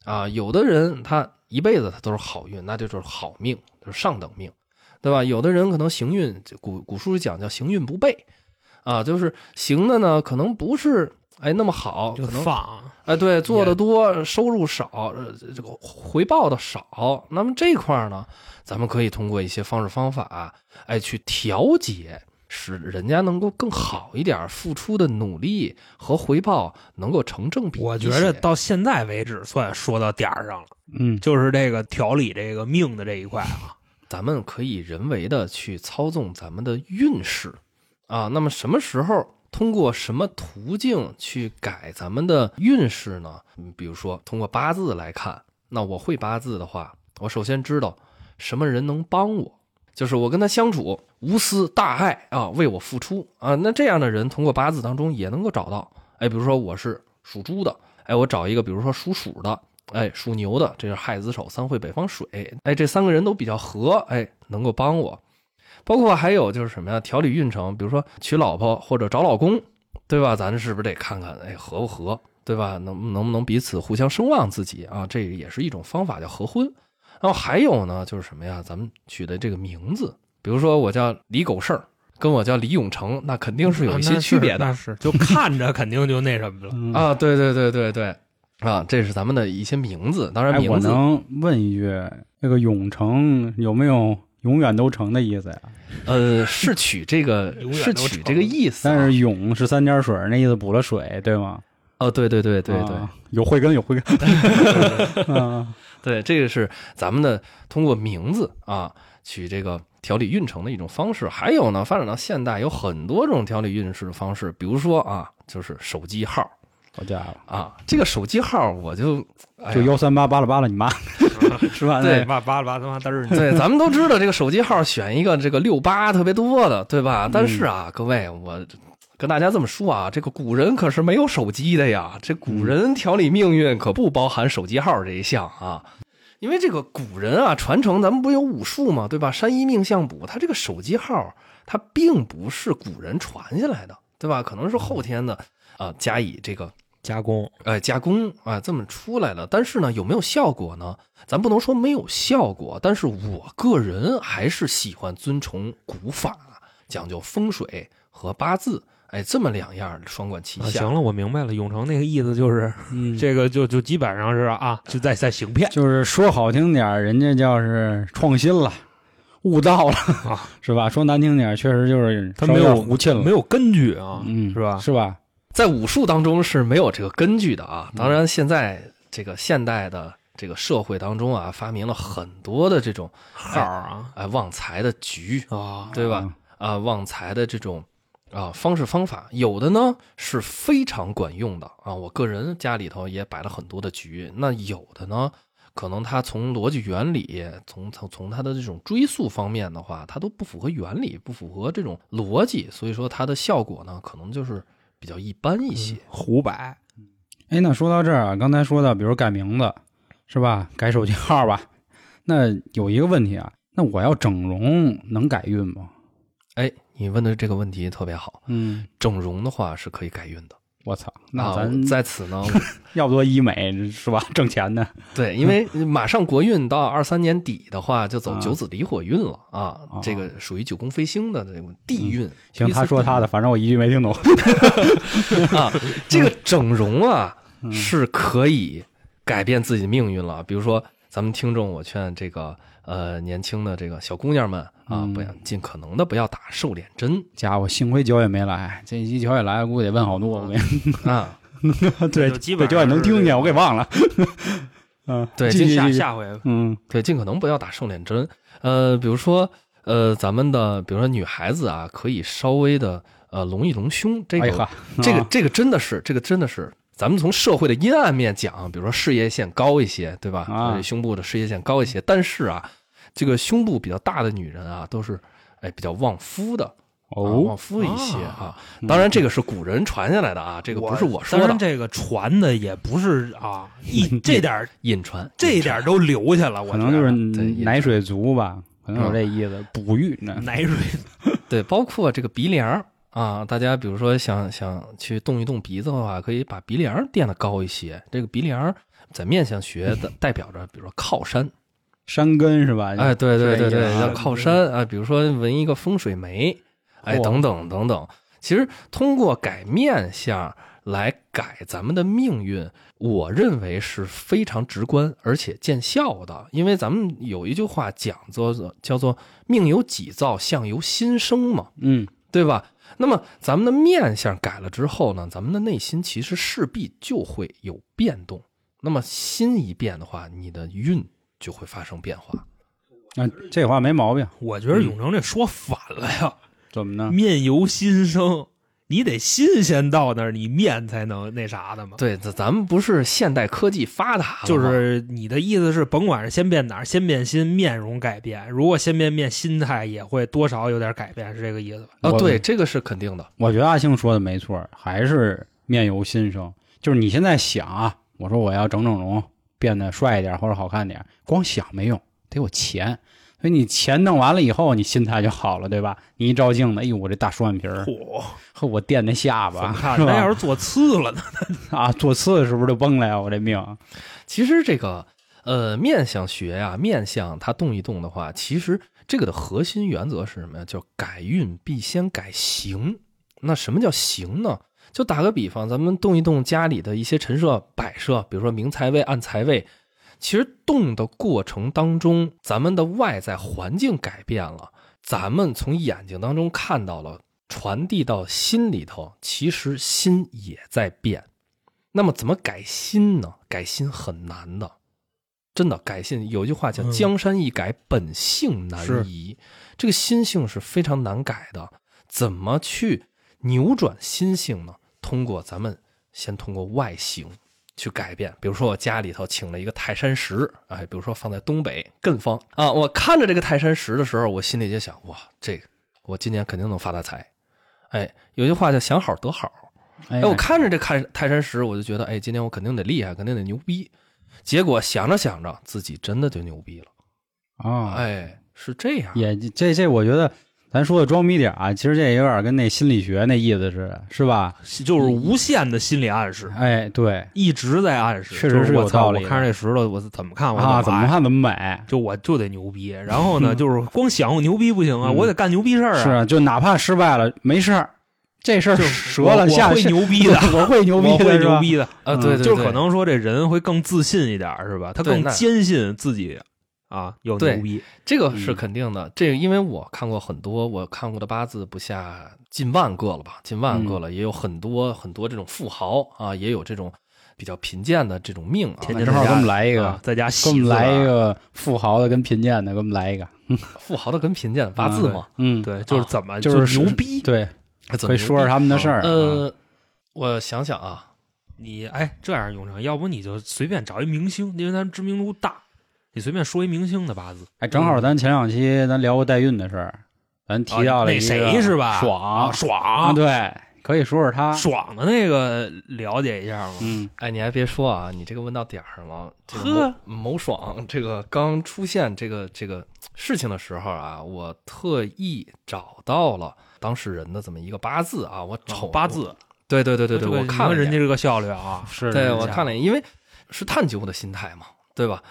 Speaker 3: 啊。有的人他一辈子他都是好运，那就是好命，就是上等命，对吧？有的人可能行运，古古书里讲叫行运不备，啊，就是行的呢，可能不是哎那么好，
Speaker 2: 就
Speaker 3: 可能
Speaker 2: 丧。
Speaker 3: 哎对，做的多，收入少，呃这个回报的少。那么这块儿呢，咱们可以通过一些方式方法，哎去调节，使人家能够更好一点，付出的努力和回报能够成正比一些。
Speaker 2: 我觉着到现在为止算说到点儿上了，
Speaker 1: 嗯，
Speaker 2: 就是这个调理这个命的这一块啊。
Speaker 3: 咱们可以人为的去操纵咱们的运势啊。那么什么时候通过什么途径去改咱们的运势呢？嗯比如说通过八字来看，那我会八字的话，我首先知道什么人能帮我，就是我跟他相处无私大爱啊，为我付出啊。那这样的人通过八字当中也能够找到。哎，比如说我是属猪的，哎，我找一个比如说属鼠的，哎，属牛的，这是亥子手三会北方水，哎，这三个人都比较合，哎，能够帮我。包括还有就是什么呀，调理运程，比如说娶老婆或者找老公，对吧？咱是不是得看看，哎，合不合？对吧？能能不能彼此互相声望自己啊？这也是一种方法，叫合婚。然后还有呢，就是什么呀？咱们取的这个名字，比如说我叫李狗剩儿，跟我叫李永成，那肯定是有一些区别的。
Speaker 2: 啊那是 就看着肯定就那什 么了。
Speaker 1: 嗯，
Speaker 3: 啊，对对对对对，啊，这是咱们的一些名字，当然
Speaker 1: 哎，我
Speaker 3: 名字、
Speaker 1: 能问一句，那个永成有没有永远都成的意思呀？
Speaker 3: 呃是取这 个
Speaker 2: 永远
Speaker 3: 是
Speaker 2: 都
Speaker 3: 取
Speaker 2: 成
Speaker 3: 这个意思啊、
Speaker 1: 但是永是三点水，那意思补了水，对吗？
Speaker 3: 哦，对对对对对、
Speaker 1: 啊，有慧根有慧根。 啊，
Speaker 3: 对，这个是咱们的通过名字啊取这个条理运程的一种方式。还有呢，发展到现代有很多种条理运势的方式，比如说啊，就是手机号
Speaker 1: 好家伙，
Speaker 3: 啊，这个手机号我就哎呀
Speaker 1: 就幺三八巴拉巴拉你妈，是吧？哎
Speaker 3: 对
Speaker 1: 那
Speaker 2: 巴巴拉巴拉嘚儿，
Speaker 3: 对，咱们都知道这个手机号选一个这个六八特别多的，对吧？但是啊，各位，我跟大家这么说啊，这个古人可是没有手机的呀，这古人调理命运可不包含手机号这一项啊。因为这个古人啊，传承咱们不有武术嘛，对吧？山医命相卜，它这个手机号，它并不是古人传下来的，对吧？可能是后天的啊、加以这个
Speaker 2: 加工
Speaker 3: 呃，加工啊、这么出来的。但是呢，有没有效果呢？咱不能说没有效果，但是我个人还是喜欢遵从古法，讲究风水和八字，哎，这么两样儿双管齐
Speaker 2: 啊，
Speaker 3: 下。
Speaker 2: 行了，我明白了，永成那个意思就是
Speaker 1: 嗯，
Speaker 2: 这个就就基本上是啊，就在在行骗
Speaker 1: 就是说好听点儿，人家叫是创新了，悟道了，
Speaker 2: 啊，
Speaker 1: 是吧？说难听点儿，确实就是
Speaker 2: 他没
Speaker 1: 稍
Speaker 2: 有
Speaker 1: 点胡沁
Speaker 2: 没
Speaker 1: 了，
Speaker 2: 有根据啊，
Speaker 1: 嗯，
Speaker 2: 是吧？
Speaker 1: 是吧？
Speaker 3: 在武术当中是没有这个根据的啊。
Speaker 2: 嗯
Speaker 3: 当然，现在这个现代的这个社会当中啊，发明了很多的这种
Speaker 2: 号啊
Speaker 3: 哎旺财的局，
Speaker 2: 啊，
Speaker 3: 对吧？啊、旺财的这种啊、方式方法，有的呢是非常管用的啊。我个人家里头也摆了很多的局，那有的呢，可能它从逻辑原理，从从从它的这种追溯方面的话，它都不符合原理，不符合这种逻辑，所以说它的效果呢，可能就是比较一般一
Speaker 1: 嗯
Speaker 3: 些。
Speaker 2: 胡摆
Speaker 1: 哎，那说到这儿啊，刚才说到，比如改名字，是吧？改手机号吧。那有一个问题啊，那我要整容能改运吗？
Speaker 3: 哎，你问的这个问题特别好，
Speaker 1: 嗯，
Speaker 3: 整容的话是可以改运的。
Speaker 1: 我操，那
Speaker 3: 啊
Speaker 1: 咱
Speaker 3: 在此 呢，
Speaker 1: 要不多医美是吧？挣钱 呢？
Speaker 3: 对，因为马上国运到二三年底的话，就走
Speaker 1: 啊
Speaker 3: 九子离火运了啊，
Speaker 1: 哦嗯
Speaker 3: 这个属于九宫飞星的这种地运。
Speaker 1: 行，
Speaker 3: 类似
Speaker 1: 他说他的，反正我一句没 听懂。
Speaker 3: 啊，这个整容啊、
Speaker 1: 嗯
Speaker 3: 是可以改变自己的命运了。比如说，咱们听众，我劝这个呃年轻的这个小姑娘们啊
Speaker 1: 嗯，
Speaker 3: 不要尽可能的不要打瘦脸针
Speaker 1: 家伙，幸亏九也没来，这一九也来，估计得问好多。 我跟你
Speaker 3: 啊。
Speaker 1: 说，对，
Speaker 2: 就基
Speaker 1: 对
Speaker 2: 本
Speaker 1: 九
Speaker 2: 上
Speaker 1: 也能
Speaker 2: 是这
Speaker 1: 听见，
Speaker 2: 个
Speaker 1: 我给忘 了。嗯，
Speaker 3: 对
Speaker 1: 继续
Speaker 2: 下
Speaker 1: 继续
Speaker 2: 下回
Speaker 1: 嗯
Speaker 3: 对，尽可能不要打瘦脸针。呃，比如说，呃，咱们的比如说女孩子啊，可以稍微的呃隆一隆胸，这
Speaker 1: 哎
Speaker 3: 个
Speaker 1: 哈，
Speaker 3: 这个
Speaker 1: 啊
Speaker 3: 这个真的是，这个真的是，咱们从社会的阴暗面讲，比如说事业线高一些，对吧？
Speaker 1: 啊
Speaker 3: 就是胸部的事业线高一些，但是啊，这个胸部比较大的女人啊，都是哎比较旺夫的，啊旺
Speaker 1: 哦，
Speaker 3: 夫一些
Speaker 2: 啊
Speaker 3: 啊。当然，这个是古人传下来的啊，这个不是我说
Speaker 2: 当然
Speaker 3: 的，
Speaker 2: 这个传的也不是 啊，一这点儿
Speaker 3: 引传，嗯
Speaker 2: 这点儿都留下了，我嗯
Speaker 1: 可能就是
Speaker 3: 对也
Speaker 1: 奶水足吧，可能有这意思，哺育呢。
Speaker 2: 奶水
Speaker 3: 对，包括这个鼻梁儿啊，大家比如说想想去动一动鼻子的话，可以把鼻梁儿垫得高一些。这个鼻梁儿在面相学的代表着，比如说靠山。
Speaker 1: 山根是吧？
Speaker 3: 哎，对对对
Speaker 1: 是这意
Speaker 3: 对，
Speaker 1: 思啊
Speaker 3: 要靠山啊，比如说纹一个风水梅，哎，
Speaker 1: 嚯
Speaker 3: 等等等等。其实通过改面相来改咱们的命运，我认为是非常直观而且见效的。因为咱们有一句话讲做叫做“命由己造，相由心生”嘛，
Speaker 1: 嗯，
Speaker 3: 对吧？那么咱们的面相改了之后呢，咱们的内心其实势必就会有变动。那么心一变的话，你的运就会发生变化。
Speaker 1: 那这话没毛病，
Speaker 2: 我觉得永成这说反了呀，
Speaker 1: 怎么呢？
Speaker 2: 面由心生，你得心先到那儿，你面才能那啥的嘛。
Speaker 3: 对，咱咱们不是现代科技发达了吗，
Speaker 2: 就是你的意思是，甭管是先变哪儿，先变心，面容改变。如果先变面，心态也会多少有点改变，是这个意思吧？
Speaker 3: 哦，
Speaker 1: 我
Speaker 3: 对，这个是肯定的。
Speaker 1: 我觉得阿星说的没错儿，还是面由心生。就是你现在想啊，我说我要整整容，变得帅一点或者好看点，光想没用，得有钱。所以你钱弄完了以后，你心态就好了，对吧？你一照镜子，哎呦，我这大双眼皮儿，
Speaker 2: 嚯，
Speaker 1: 和我垫那下
Speaker 2: 怎么
Speaker 1: 巴，
Speaker 2: 看？
Speaker 1: 是
Speaker 2: 那要
Speaker 1: 吧？
Speaker 2: 是做刺了呢？
Speaker 1: 啊，做次是不是就崩了呀？我这命，
Speaker 3: 其实这个呃面相学呀、面相它动一动的话，其实这个的核心原则是什么呀？叫改运必先改形。那什么叫形呢？就打个比方，咱们动一动家里的一些陈设摆设，比如说明财位、暗财位，其实动的过程当中，咱们的外在环境改变了，咱们从眼睛当中看到了，传递到心里头，其实心也在变。那么怎么改心呢？改心很难的，真的改心。有句话叫“
Speaker 2: 嗯
Speaker 3: 江山易改，本性难
Speaker 2: 是
Speaker 3: 移”，这个心性是非常难改的。怎么去扭转心性呢？通过咱们先通过外形去改变，比如说我家里头请了一个泰山石，哎，比如说放在东北艮方啊，我看着这个泰山石的时候，我心里就想，哇，这个我今年肯定能发大财。哎，有句话叫“想好得好”，
Speaker 1: 哎
Speaker 3: 哎，我看着这泰泰山石，我就觉得，哎，今天我肯定得厉害，肯定得牛逼。结果想着想着，自己真的就牛逼了。
Speaker 1: 啊，
Speaker 3: 哎，是这样，
Speaker 1: 也这这，我觉得咱说的装逼点儿啊，其实这也有点跟那心理学那意思似的，是吧？
Speaker 2: 就是无限的心理暗示，
Speaker 1: 哎，对
Speaker 2: 一直在暗示。
Speaker 1: 确实
Speaker 2: 就是是
Speaker 1: 有
Speaker 2: 我
Speaker 1: 道
Speaker 2: 操，
Speaker 1: 理
Speaker 2: 我
Speaker 1: 的
Speaker 2: 看着这石头，我怎么看我
Speaker 1: 啊，怎
Speaker 2: 么
Speaker 1: 么
Speaker 2: 爱
Speaker 1: 看怎么美。
Speaker 2: 就我就得牛逼。然 后呢，就是光想我牛逼不行啊，我得干牛逼事儿
Speaker 1: 嗯是
Speaker 2: 啊。
Speaker 1: 啊，就哪怕失败了，没事儿，这事儿
Speaker 2: 就是
Speaker 1: 折
Speaker 2: 我
Speaker 1: 了，下
Speaker 2: 我会
Speaker 1: 下，
Speaker 2: 牛逼的
Speaker 1: 我会 牛逼
Speaker 2: 我
Speaker 1: 的，
Speaker 2: 会
Speaker 1: 是吧
Speaker 2: 牛逼的。
Speaker 3: 啊，对对
Speaker 1: 嗯
Speaker 3: 对，
Speaker 2: 就是可能说这人会更自信一点儿，是吧？他
Speaker 3: 对
Speaker 2: 更
Speaker 3: 那
Speaker 2: 坚信自己啊有
Speaker 3: 对
Speaker 2: 牛逼。
Speaker 3: 这个
Speaker 1: 嗯
Speaker 3: 是肯定的。这个因为我看过很多，我看过的八字不下近万个了吧，近万
Speaker 1: 嗯
Speaker 3: 个了，也有很多很多这种富豪啊，也有这种比较贫贱的这种命啊。
Speaker 2: 天
Speaker 1: 那
Speaker 2: 津
Speaker 1: 正好
Speaker 2: 人
Speaker 1: 给
Speaker 2: 家
Speaker 1: 我们来一个，
Speaker 2: 啊在家洗
Speaker 1: 给我们
Speaker 2: 自
Speaker 1: 来
Speaker 2: 个
Speaker 1: 一
Speaker 2: 儿
Speaker 1: 个富豪的跟贫贱的，给我们来一个。
Speaker 3: 富豪的跟贫贱八字嘛，
Speaker 1: 嗯，
Speaker 2: 对，就是
Speaker 3: 啊
Speaker 2: 怎么、
Speaker 1: 就是
Speaker 2: 牛逼。
Speaker 1: 对，
Speaker 3: 怎
Speaker 1: 可
Speaker 3: 么
Speaker 1: 以
Speaker 3: 牛
Speaker 1: 说说
Speaker 3: 逼
Speaker 1: 他们的事儿。啊，
Speaker 3: 呃，我想想啊，
Speaker 2: 你哎，这样永成，要不你就随便找一明星，因为咱知名度大，你随便说一明星的八字。
Speaker 1: 哎，正好咱前两期咱聊过代孕的事儿，咱提到了一
Speaker 2: 啊那
Speaker 1: 个
Speaker 2: 谁是吧？
Speaker 1: 爽
Speaker 2: 啊爽、
Speaker 1: 啊，对，可以说说他。
Speaker 2: 爽的那个了解一下吗？
Speaker 1: 嗯，
Speaker 3: 哎，你还别说啊，你这个问到点儿上了。这个
Speaker 2: 呵
Speaker 3: 某某爽这个刚出现这个这个事情的时候啊，我特意找到了当事人的这么一个八字啊，我瞅、
Speaker 2: 哦八，字，
Speaker 3: 对对对对对，
Speaker 2: 这个
Speaker 3: 我看
Speaker 2: 你
Speaker 3: 了
Speaker 2: 人家
Speaker 3: 一眼，
Speaker 2: 这个效率啊，
Speaker 1: 是
Speaker 3: 对
Speaker 1: 是
Speaker 3: 我
Speaker 1: 是
Speaker 3: 看了一眼，因为是探究的心态嘛，对吧？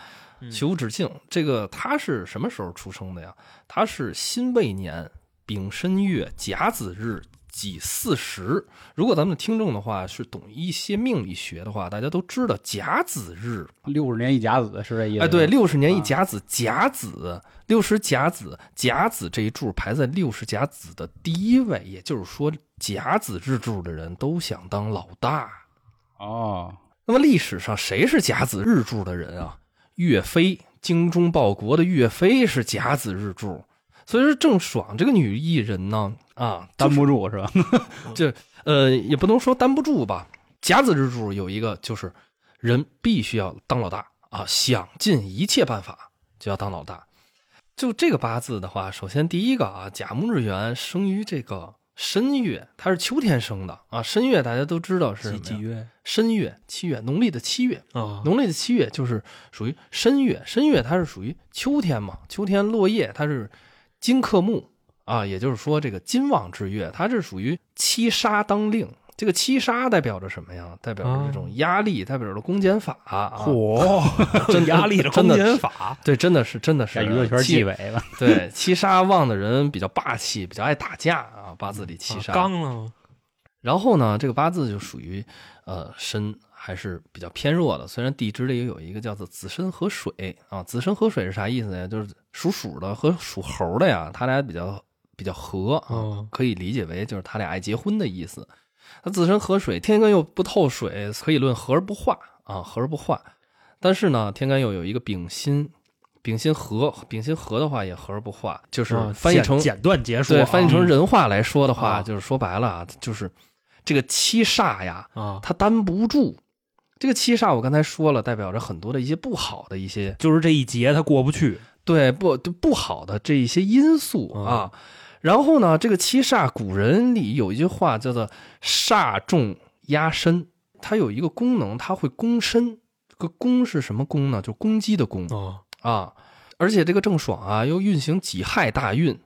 Speaker 2: 嗯
Speaker 3: 学无止境，这个他是什么时候出生的呀？他是辛未年丙申月甲子日己巳时。如果咱们的听众的话是懂一些命理学的话，大家都知道甲子日
Speaker 1: 六十年一甲子是这意思吗？
Speaker 3: 哎，对，六十年一
Speaker 1: 啊
Speaker 3: 甲子，甲子六十甲子，甲子这一柱排在六十甲子的第一位，也就是说，甲子日柱的人都想当老大。
Speaker 1: 哦，
Speaker 3: 那么历史上谁是甲子日柱的人啊？岳飞，精忠报国的岳飞是甲子日柱，所以说郑爽这个女艺人呢，啊，
Speaker 1: 担不住是吧？
Speaker 3: 呃，也不能说担不住吧。甲子日柱有一个就是，人必须要当老大啊，想尽一切办法就要当老大。就这个八字的话，首先第一个啊，甲木日元生于这个申月，他是秋天生的啊。申月大家嗯都知道是什
Speaker 2: 几
Speaker 3: 么
Speaker 2: 几
Speaker 3: 呀？
Speaker 2: 月
Speaker 3: 申月，七月，农历的七月。
Speaker 2: 啊？
Speaker 3: 农历的七月就是属于申月，申月它是属于秋天嘛，秋天落叶它是金克木啊，也就是说这个金旺之月，它是属于七杀当令。这个七杀代表着什么呀？代表着这种压力，代表着公检法 啊。
Speaker 2: 火，
Speaker 3: 真的
Speaker 2: 压力的
Speaker 3: 真
Speaker 2: 空
Speaker 3: 的
Speaker 2: 间法，
Speaker 3: 对，真的是，真的是
Speaker 1: 在娱乐圈
Speaker 3: 七
Speaker 1: 纪委吧？
Speaker 3: 对七杀旺的人比较霸气，比较爱打架啊，八字里七
Speaker 2: 啊
Speaker 3: 杀。
Speaker 2: 刚了吗？
Speaker 3: 然后呢，这个八字就属于呃身还是比较偏弱的。虽然地支里有一个叫做子申合水啊，子申合水是啥意思呢？就是属鼠的和属猴的呀，他俩比较比较合啊，
Speaker 2: 哦
Speaker 3: 可以理解为就是他俩爱结婚的意思。那子申合水，天干又不透水，可以论合而不化啊，合而不化。但是呢，天干又有一个丙辛，丙辛合，丙辛合的话也合而不化，就是
Speaker 2: 啊
Speaker 3: 翻译
Speaker 2: 简
Speaker 3: 成
Speaker 2: 简短结束啊，
Speaker 3: 对，翻译成人话来说的话，
Speaker 2: 啊
Speaker 3: 就是说白了啊，就是这个七煞呀，
Speaker 2: 啊，
Speaker 3: 它担不住。这个七煞，我刚才说了，代表着很多的一些不好的一些
Speaker 2: 就是这一劫他过不去，
Speaker 3: 对不对不好的这一些因素
Speaker 2: 嗯
Speaker 3: 啊。然后呢，这个七煞，古人里有一句话叫做“煞重压身”，它有一个功能，它会攻身。这个攻是什么攻呢？就攻击的攻。
Speaker 2: 啊，
Speaker 3: 啊，而且这个郑爽啊，又运行己亥大运，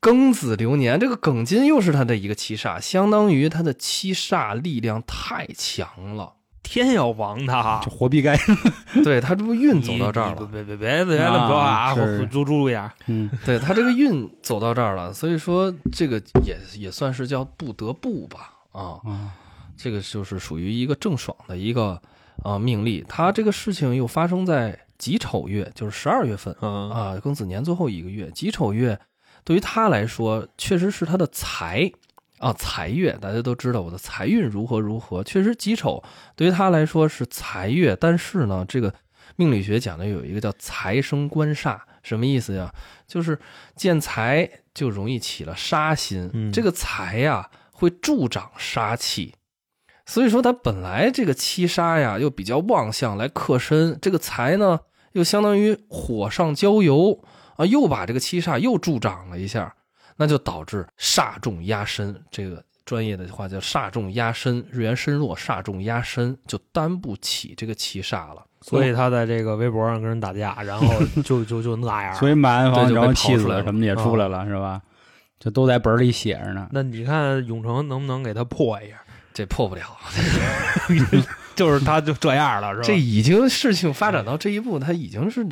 Speaker 3: 庚子流年，这个庚金又是他的一个七煞，相当于他的七煞力量太强了。
Speaker 2: 天要亡他
Speaker 1: 这，活必该。
Speaker 3: 对他这不运走到这儿
Speaker 2: 你你
Speaker 3: 了，
Speaker 2: 别别别别别那么着啊！
Speaker 1: 啊是
Speaker 2: 注注意啊！
Speaker 1: 嗯，
Speaker 3: 对他这个运走到这儿了，所以说这个也也算是叫不得不吧啊，
Speaker 1: 啊
Speaker 3: 这个就是属于一个郑爽的一个啊、呃命例。他这个事情又发生在己丑月，就是十二月份
Speaker 2: 嗯
Speaker 3: 啊，庚子年最后一个月，己丑月对于他来说确实是他的财啊财月，大家都知道我的财运如何如何，确实己丑对于他来说是财月，但是呢，这个命理学讲的有一个叫财生官煞，什么意思呀？就是见财就容易起了杀心，
Speaker 2: 嗯
Speaker 3: 这个财呀会助长杀气。所以说，他本来这个七杀呀，又比较旺相来克身，这个财呢，又相当于火上浇油啊，又把这个七煞又助长了一下，那就导致煞重压身，这个专业的话叫煞重压身，日元身弱，煞重压身，就担不起这个七煞了。
Speaker 2: 所以他在这个微博上跟人打架，然后就就就那样。
Speaker 1: 所以买完
Speaker 3: 啊
Speaker 1: 房
Speaker 3: 这就被
Speaker 1: 然后
Speaker 3: 刨
Speaker 1: 气
Speaker 3: 出来
Speaker 1: 死
Speaker 3: 了嗯
Speaker 1: 什么的也出来了，是吧？这都在本儿里写着 呢。
Speaker 2: 那你看永成能不能给他破一下？
Speaker 3: 这破不了，
Speaker 2: 就是他就这样了，是吧？
Speaker 3: 这已经事情发展到这一步，他已经是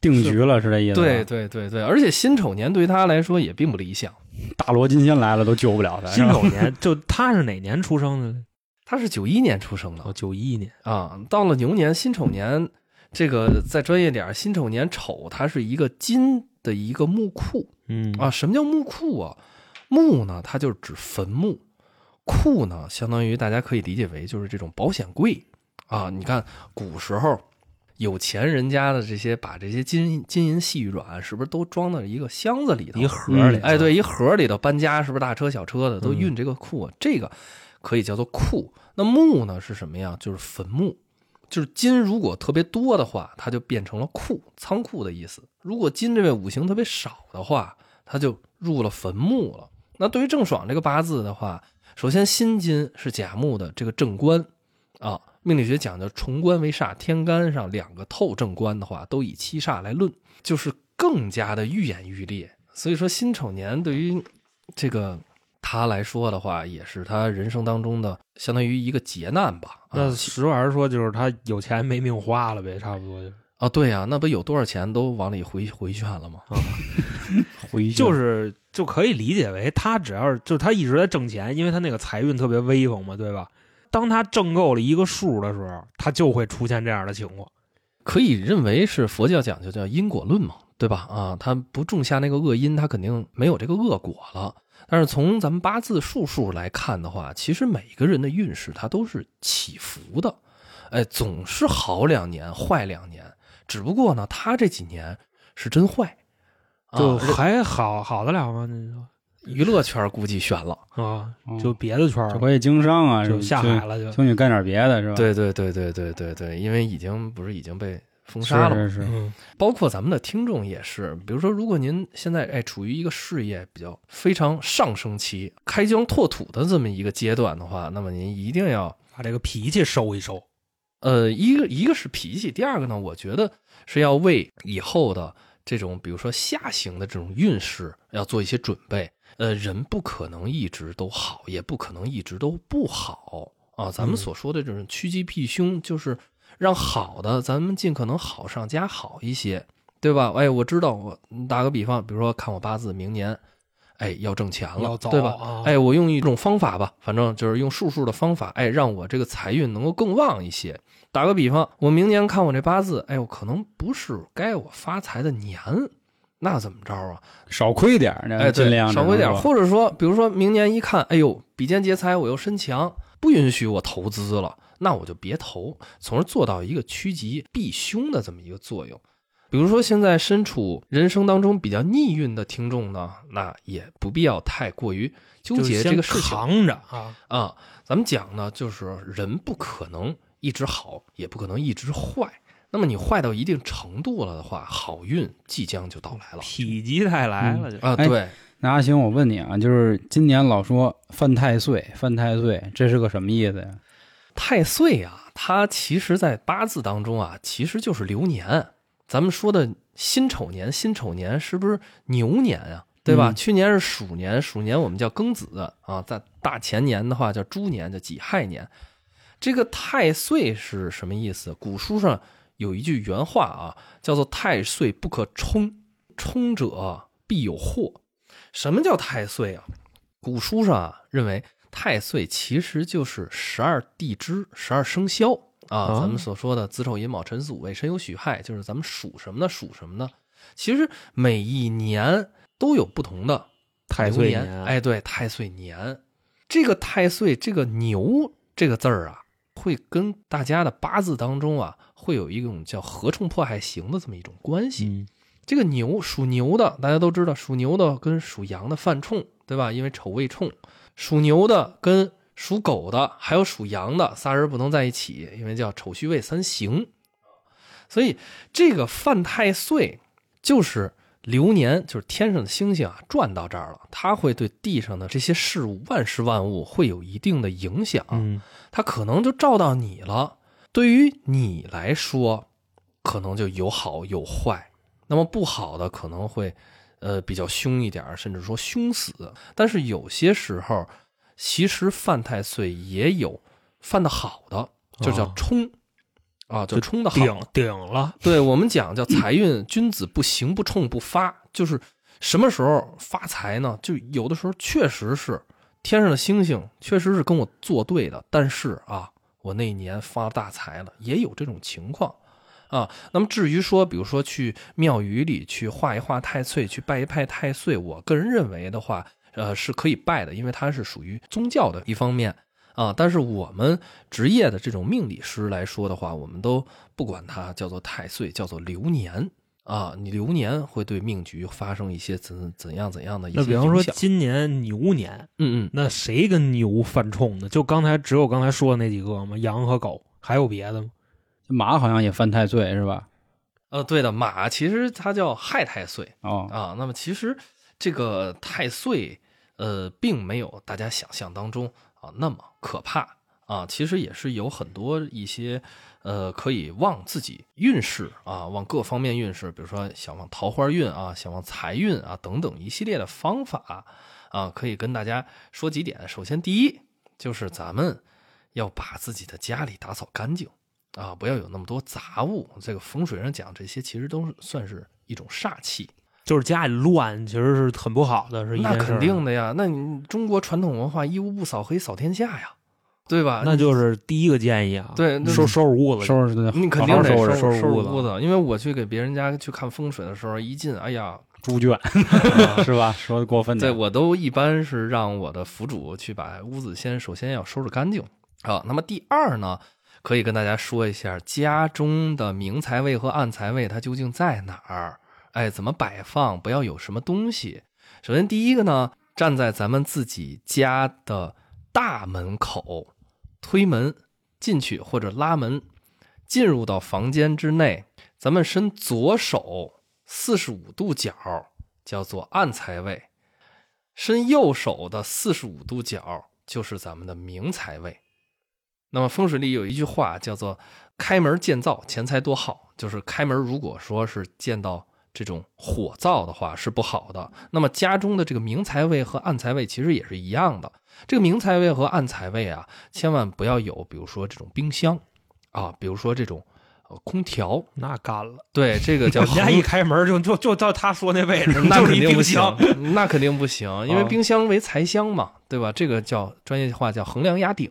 Speaker 1: 定局了是这意思吧？
Speaker 3: 对对对对，而且辛丑年对于他来说也并不理想，
Speaker 1: 大罗金仙来了都救不了他。是
Speaker 2: 辛
Speaker 1: 吧
Speaker 2: 丑年，就他是哪年出生的呢？
Speaker 3: 他是九一年出生的
Speaker 2: 哦，九一年。
Speaker 3: 啊，到了牛年辛丑年，这个再专业点儿，辛丑年丑它是一个金的一个木库
Speaker 2: 嗯
Speaker 3: 啊，，什么叫木库啊？木呢，它就是指坟墓；库呢，相当于大家可以理解为就是这种保险柜啊。你看古时候有钱人家的这些，把这些金金银细软，是不是都装到一个箱子里头？
Speaker 2: 一盒里。啊
Speaker 1: 嗯
Speaker 3: 哎，对，一盒里头搬家，是不是大车小车的都
Speaker 2: 嗯
Speaker 3: 运这个库啊？这个可以叫做库。那墓呢是什么呀？就是坟墓，就是金如果特别多的话，它就变成了库仓库的意思；如果金这位五行特别少的话，它就入了坟墓了。那对于郑爽这个八字的话，首先辛金是甲木的这个正官啊，命理学讲的重官为煞，天干上两个透正官的话，都以七煞来论，就是更加的愈演愈烈。所以说辛丑年对于这个他来说的话，也是他人生当中的相当于一个劫难吧。啊
Speaker 2: 那实话实说，就是他有钱没命花了呗，差不多就
Speaker 3: 啊，对呀、那不有多少钱都往里回回旋了吗？
Speaker 1: 回去
Speaker 2: 就是就可以理解为他只要是就是他一直在挣钱，因为他那个财运特别威风嘛，对吧？当他挣够了一个数的时候，他就会出现这样的情况。
Speaker 3: 可以认为是佛教讲究叫因果论嘛，对吧？啊，他不种下那个恶因，他肯定没有这个恶果了。但是从咱们八字术数来看的话，其实每个人的运势它都是起伏的，哎，总是好两年坏两年。只不过呢，他这几年是真坏，啊
Speaker 2: 就
Speaker 3: 这
Speaker 2: 还好好得了吗？那就
Speaker 3: 娱乐圈估计悬了。
Speaker 2: 啊
Speaker 1: 哦，
Speaker 2: 就别的圈儿
Speaker 1: 就回去经商啊，
Speaker 3: 嗯
Speaker 2: 就下海了，就
Speaker 1: 就，就你干点别的是吧？，
Speaker 3: 对对对对对对对，因为已经不是已经被封杀了吗？
Speaker 1: 是是是，
Speaker 2: 嗯
Speaker 3: 包括咱们的听众也是，比如说，如果您现在哎处于一个事业比较非常上升期、开疆拓土的这么一个阶段的话，那么您一定要
Speaker 2: 把这个脾气收一收。
Speaker 3: 呃，一个一个是脾气，第二个呢，我觉得是要为以后的这种比如说下行的这种运势要做一些准备。呃，人不可能一直都好，也不可能一直都不好啊。咱们
Speaker 2: 嗯
Speaker 3: 所说的这种趋吉避凶，就是让好的咱们尽可能好上加好一些，对吧？哎，我知道，我打个比方，比如说看我八字，明年哎要挣钱了
Speaker 2: 要，走
Speaker 3: 对吧？
Speaker 2: 啊
Speaker 3: 哎，我用一种方法吧，反正就是用术数的方法，哎，让我这个财运能够更旺一些。打个比方，我明年看我这八字，哎呦，可能不是该我发财的年，那怎么着啊？
Speaker 1: 少亏点儿，
Speaker 3: 哎，
Speaker 1: 那
Speaker 3: 对
Speaker 1: 尽量
Speaker 3: 少亏点儿，
Speaker 1: 是吧
Speaker 3: 或者说，比如说明年一看，哎呦，比肩劫财，我又身强，不允许我投资了，那我就别投，从而做到一个趋吉避凶的这么一个作用。比如说，现在身处人生当中比较逆运的听众呢，那也不必要太过于纠
Speaker 2: 就
Speaker 3: 结
Speaker 2: 先
Speaker 3: 这个事情。
Speaker 2: 扛着啊，
Speaker 3: 啊，咱们讲呢，就是人不可能一直好，也不可能一直坏。那么你坏到一定程度了的话，好运即将就到来了
Speaker 2: 否极泰来了就。
Speaker 3: 啊！
Speaker 1: 哎
Speaker 3: 对，
Speaker 1: 那阿星，我问你啊，就是今年老说犯太岁，犯太岁，这是个什么意思呀？
Speaker 3: 太岁啊，它其实在八字当中啊，其实就是流年。咱们说的辛丑年，辛丑年是不是牛年啊？对吧？
Speaker 1: 嗯
Speaker 3: 去年是鼠年，鼠年我们叫庚子啊，在大前年的话叫猪年，叫己亥年。这个太岁是什么意思？古书上有一句原话啊，叫做“太岁不可冲，冲者必有祸”。什么叫太岁啊？古书上啊认为太岁其实就是十二地支、十二生肖啊，
Speaker 2: 啊
Speaker 3: 咱们所说的子丑寅卯辰巳午未申酉戌亥，就是咱们属什么呢？属什么呢？其实每一年都有不同的
Speaker 2: 太岁
Speaker 3: 牛年，哎，对，太岁年。这个太岁，这个牛这个字儿啊，会跟大家的八字当中啊，会有一种叫合冲破害刑的这么一种关系。
Speaker 2: 嗯
Speaker 3: 这个牛属牛的，大家都知道，属牛的跟属羊的犯冲，对吧？因为丑未冲，属牛的跟属狗的还有属羊的仨人不能在一起，因为叫丑戌未三刑。所以这个犯太岁就是流年，就是天上的星星啊转到这儿了，它会对地上的这些事物、万事万物会有一定的影响。
Speaker 2: 嗯
Speaker 3: 它可能就照到你了。对于你来说，可能就有好有坏。那么不好的可能会，呃，比较凶一点儿，甚至说凶死。但是有些时候，其实犯太岁也有犯的好的，就叫
Speaker 2: 哦
Speaker 3: 冲、啊，就
Speaker 2: 就
Speaker 3: 冲的好
Speaker 2: 顶顶了，
Speaker 3: 对我们讲叫财运，君子不行不冲不发，就是什么时候发财呢？就有的时候确实是天上的星星确实是跟我作对的，但是啊，我那一年发大财了，也有这种情况。啊，那么至于说，比如说去庙宇里去画一画太岁，去拜一拜太岁，我个人认为的话，呃，是可以拜的，因为它是属于宗教的一方面啊。但是我们职业的这种命理师来说的话，我们都不管它叫做太岁，叫做流年啊。你流年会对命局发生一些怎怎样怎样的一些
Speaker 2: 那
Speaker 3: 影
Speaker 2: 比
Speaker 3: 响。
Speaker 2: 方说今年牛年，
Speaker 3: 嗯嗯，
Speaker 2: 那谁跟牛犯冲呢？就刚才只有刚才说的那几个吗？羊和狗，还有别的吗？
Speaker 1: 马好像也犯太岁是吧？
Speaker 3: 呃，对的，马其实它叫亥太岁
Speaker 1: 哦，
Speaker 3: 啊。那么其实这个太岁，呃，并没有大家想象当中啊那么可怕啊。其实也是有很多一些呃可以旺自己运势啊，旺各方面运势，比如说想旺桃花运啊，想旺财运啊等等一系列的方法啊，可以跟大家说几点。首先，第一就是咱们要把自己的家里打扫干净。啊，不要有那么多杂物。这个风水上讲，这些其实都是算是一种煞气。
Speaker 2: 就是家里乱，其实是很不好的，是一件
Speaker 3: 那
Speaker 2: 事
Speaker 3: 肯
Speaker 2: 儿
Speaker 3: 定的呀，那你中国传统文化一屋不扫黑扫天下呀，对吧？
Speaker 2: 那就是第一个建议啊，
Speaker 3: 对那
Speaker 2: 收收拾屋子，
Speaker 1: 收拾的
Speaker 3: 你肯
Speaker 1: 好
Speaker 3: 定
Speaker 1: 好
Speaker 3: 得
Speaker 1: 收
Speaker 3: 拾
Speaker 1: 拾
Speaker 2: 收
Speaker 3: 拾
Speaker 2: 拾屋子
Speaker 3: 屋子，因为我去给别人家去看风水的时候，一进，哎呀，
Speaker 1: 猪圈是吧？说的过分
Speaker 3: 对
Speaker 1: 点，
Speaker 3: 啊我都一般是让我的府主去把屋子先首先要收拾干净啊。那么第二呢，可以跟大家说一下家中的明财位和暗财位它究竟在哪儿？哎，怎么摆放？不要有什么东西。首先第一个呢，站在咱们自己家的大门口，推门进去或者拉门进入到房间之内，咱们伸左手四十五度角，叫做暗财位。伸右手的四十五度角就是咱们的明财位。那么风水里有一句话叫做“开门见灶，钱财多好”，就是开门如果说是见到这种火灶的话是不好的。那么家中的这个明财位和暗财位其实也是一样的。这个明财位和暗财位啊，千万不要有，比如说这种冰箱啊，比如说这种呃空调，
Speaker 2: 那干了。
Speaker 3: 对，这个 叫
Speaker 2: 我们家
Speaker 3: 横
Speaker 2: 一开门就就就到他说那 位置，
Speaker 3: 那
Speaker 2: 就是
Speaker 3: 肯
Speaker 2: 一
Speaker 3: 定
Speaker 2: 冰
Speaker 3: 不行
Speaker 2: 箱。，
Speaker 3: 那肯定不行，因为
Speaker 2: 啊
Speaker 3: 冰箱为财箱嘛，对吧？这个叫专业话叫横梁压顶，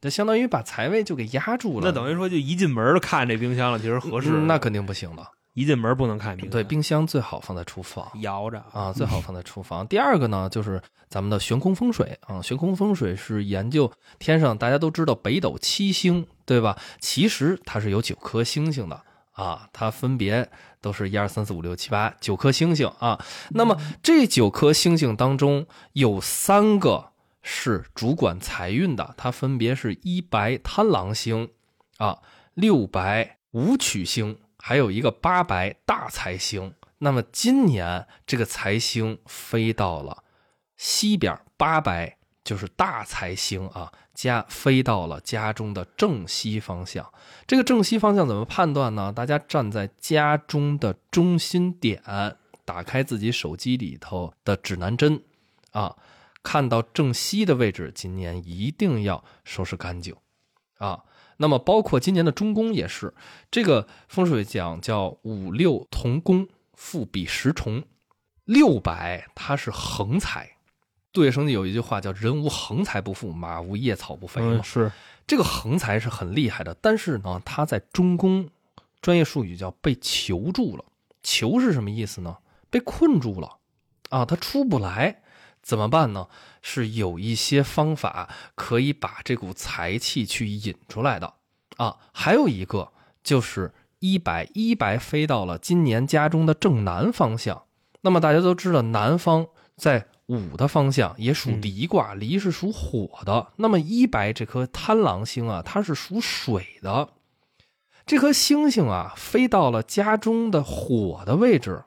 Speaker 3: 这相当于把财位就给压住了。
Speaker 2: 那等于说就一进门就看这冰箱了，其实合适。
Speaker 3: 嗯那肯定不行了。
Speaker 2: 一进门不能看冰箱，
Speaker 3: 对，冰箱最好放在厨房
Speaker 2: 摇着
Speaker 3: 啊，最好放在厨房。第二个呢，就是咱们的悬空风水啊，悬空风水是研究天上大家都知道北斗七星，对吧？其实它是有九颗星星的。啊，它分别都是一二三四五六七八九颗星星啊。那么这九颗星星当中有三个是主管财运的，它分别是一白贪狼星啊，六白武曲星，还有一个八白大财星。那么今年这个财星飞到了西边八白，就是大财星啊，家飞到了家中的正西方向。这个正西方向怎么判断呢？大家站在家中的中心点，打开自己手机里头的指南针啊，看到正西的位置，今年一定要收拾干净啊。那么包括今年的中宫也是，这个风水讲叫五六同宫，复比十重，六白它是横财。杜月笙就有一句话叫“人无横财不富，马无夜草不飞”嘛
Speaker 2: 嗯，。是
Speaker 3: 这个横财是很厉害的，但是呢，它在中宫专业术语叫被囚住了。囚是什么意思呢？被困住了啊，它出不来，怎么办呢？是有一些方法可以把这股财气去引出来的啊。还有一个就是一白，一白飞到了今年家中的正南方向。那么大家都知道，南方在午的方向也属
Speaker 2: 嗯
Speaker 3: 离卦，离是属火的。那么一白这颗贪狼星啊，它是属水的。这颗星星啊，飞到了家中的火的位置，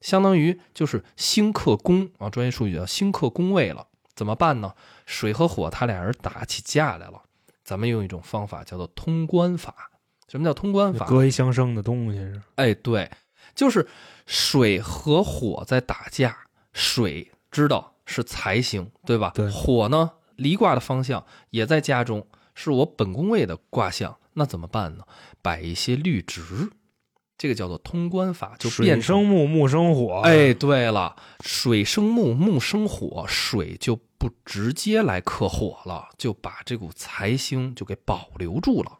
Speaker 3: 相当于就是星克宫啊，专业术语叫星克宫位了。怎么办呢？水和火它俩人打起架来了。咱们用一种方法叫做通关法。什么叫通关法？
Speaker 2: 隔一相生的东西是，
Speaker 3: 哎，对，就是水和火在打架。水知道是财星，对吧？
Speaker 2: 对
Speaker 3: 火呢，离卦的方向也在家中，是我本宫位的卦象。那怎么办呢？摆一些绿植，这个叫做通关法，就变
Speaker 2: 水
Speaker 3: 成
Speaker 2: 生木，木生火，
Speaker 3: 哎，对了，水生木，木生火，水就不直接来克火了，就把这股财星就给保留住了。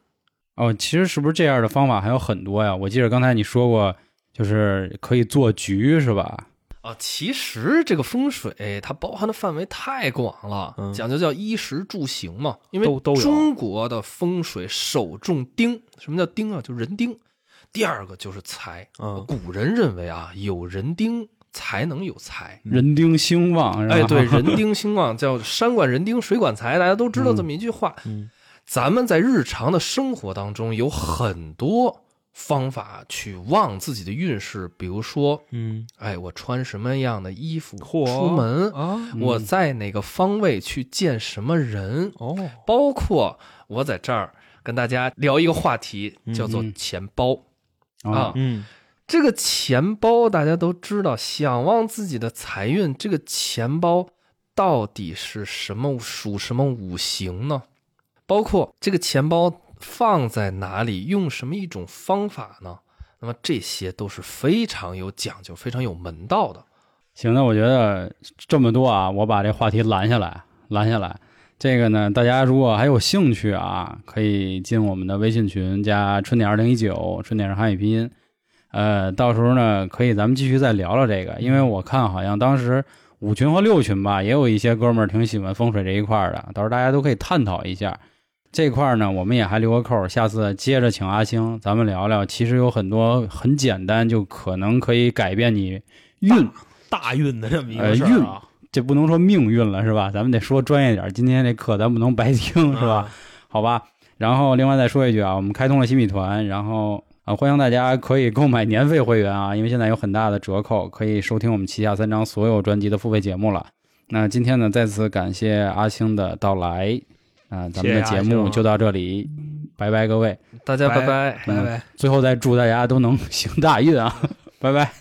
Speaker 1: 哦，其实是不是这样的方法还有很多呀？我记得刚才你说过，就是可以做局是吧？
Speaker 3: 啊，其实这个风水它包含的范围太广了，
Speaker 2: 嗯
Speaker 3: 讲究叫衣食住行嘛。因为
Speaker 2: 都都有
Speaker 3: 中国的风水首重丁，什么叫丁啊？就是人丁。第二个就是财，
Speaker 2: 嗯，
Speaker 3: 古人认为啊，有人丁才能有财。
Speaker 2: 嗯
Speaker 1: 人丁兴旺是吧？
Speaker 3: 哎， 对，人丁兴旺叫山管人丁，水管财，大家都知道这么一句话。
Speaker 2: 嗯
Speaker 3: 咱们在日常的生活当中有很多方法去旺自己的运势，比如说，
Speaker 2: 嗯
Speaker 3: 哎，我穿什么样的衣服
Speaker 2: 嚯
Speaker 3: 出门，
Speaker 2: 啊
Speaker 3: 我
Speaker 1: 嗯
Speaker 3: 在哪个方位去见什么人，
Speaker 2: 哦，
Speaker 3: 包括我在这儿跟大家聊一个话题，叫做
Speaker 1: 嗯
Speaker 3: 钱包。
Speaker 1: 啊
Speaker 3: 啊，
Speaker 2: 嗯
Speaker 3: 这个钱包大家都知道，想旺自己的财运，这个钱包到底是什么属什么五行呢？包括这个钱包放在哪里，用什么一种方法呢？那么这些都是非常有讲究、非常有门道的。
Speaker 1: 行，那我觉得这么多啊，我把这话题拦下来，拦下来。这个呢，大家如果还有兴趣啊，可以进我们的微信群，加春点二零一九，春点是汉语拼音。呃，到时候呢，可以咱们继续再聊聊这个，因为我看好像当时五群和六群吧，也有一些哥们儿挺喜欢风水这一块儿的，到时候大家都可以探讨一下。这块儿呢，我们也还留个扣儿，下次接着请阿星，咱们聊聊。其实有很多很简单，就可能可以改变你运
Speaker 2: 大运的这么一
Speaker 1: 呃
Speaker 2: 个事儿啊，
Speaker 1: 这不能说命运了是吧？咱们得说专业点儿。今天这课咱不能白听是吧？
Speaker 2: 啊？
Speaker 1: 好吧。然后另外再说一句啊，我们开通了新米团，然后啊、欢迎大家可以购买年费会员啊，因为现在有很大的折扣，可以收听我们旗下三张所有专辑的付费节目了。那今天呢，再次感谢阿星的到来啊、咱们的
Speaker 2: 谢谢
Speaker 1: 节
Speaker 2: 阿
Speaker 1: 目
Speaker 2: 星
Speaker 1: 就到这里，拜拜各位。
Speaker 3: 大家拜
Speaker 2: 拜
Speaker 3: 拜
Speaker 2: 拜拜。
Speaker 1: 最后再祝大家都能行大运啊，拜拜。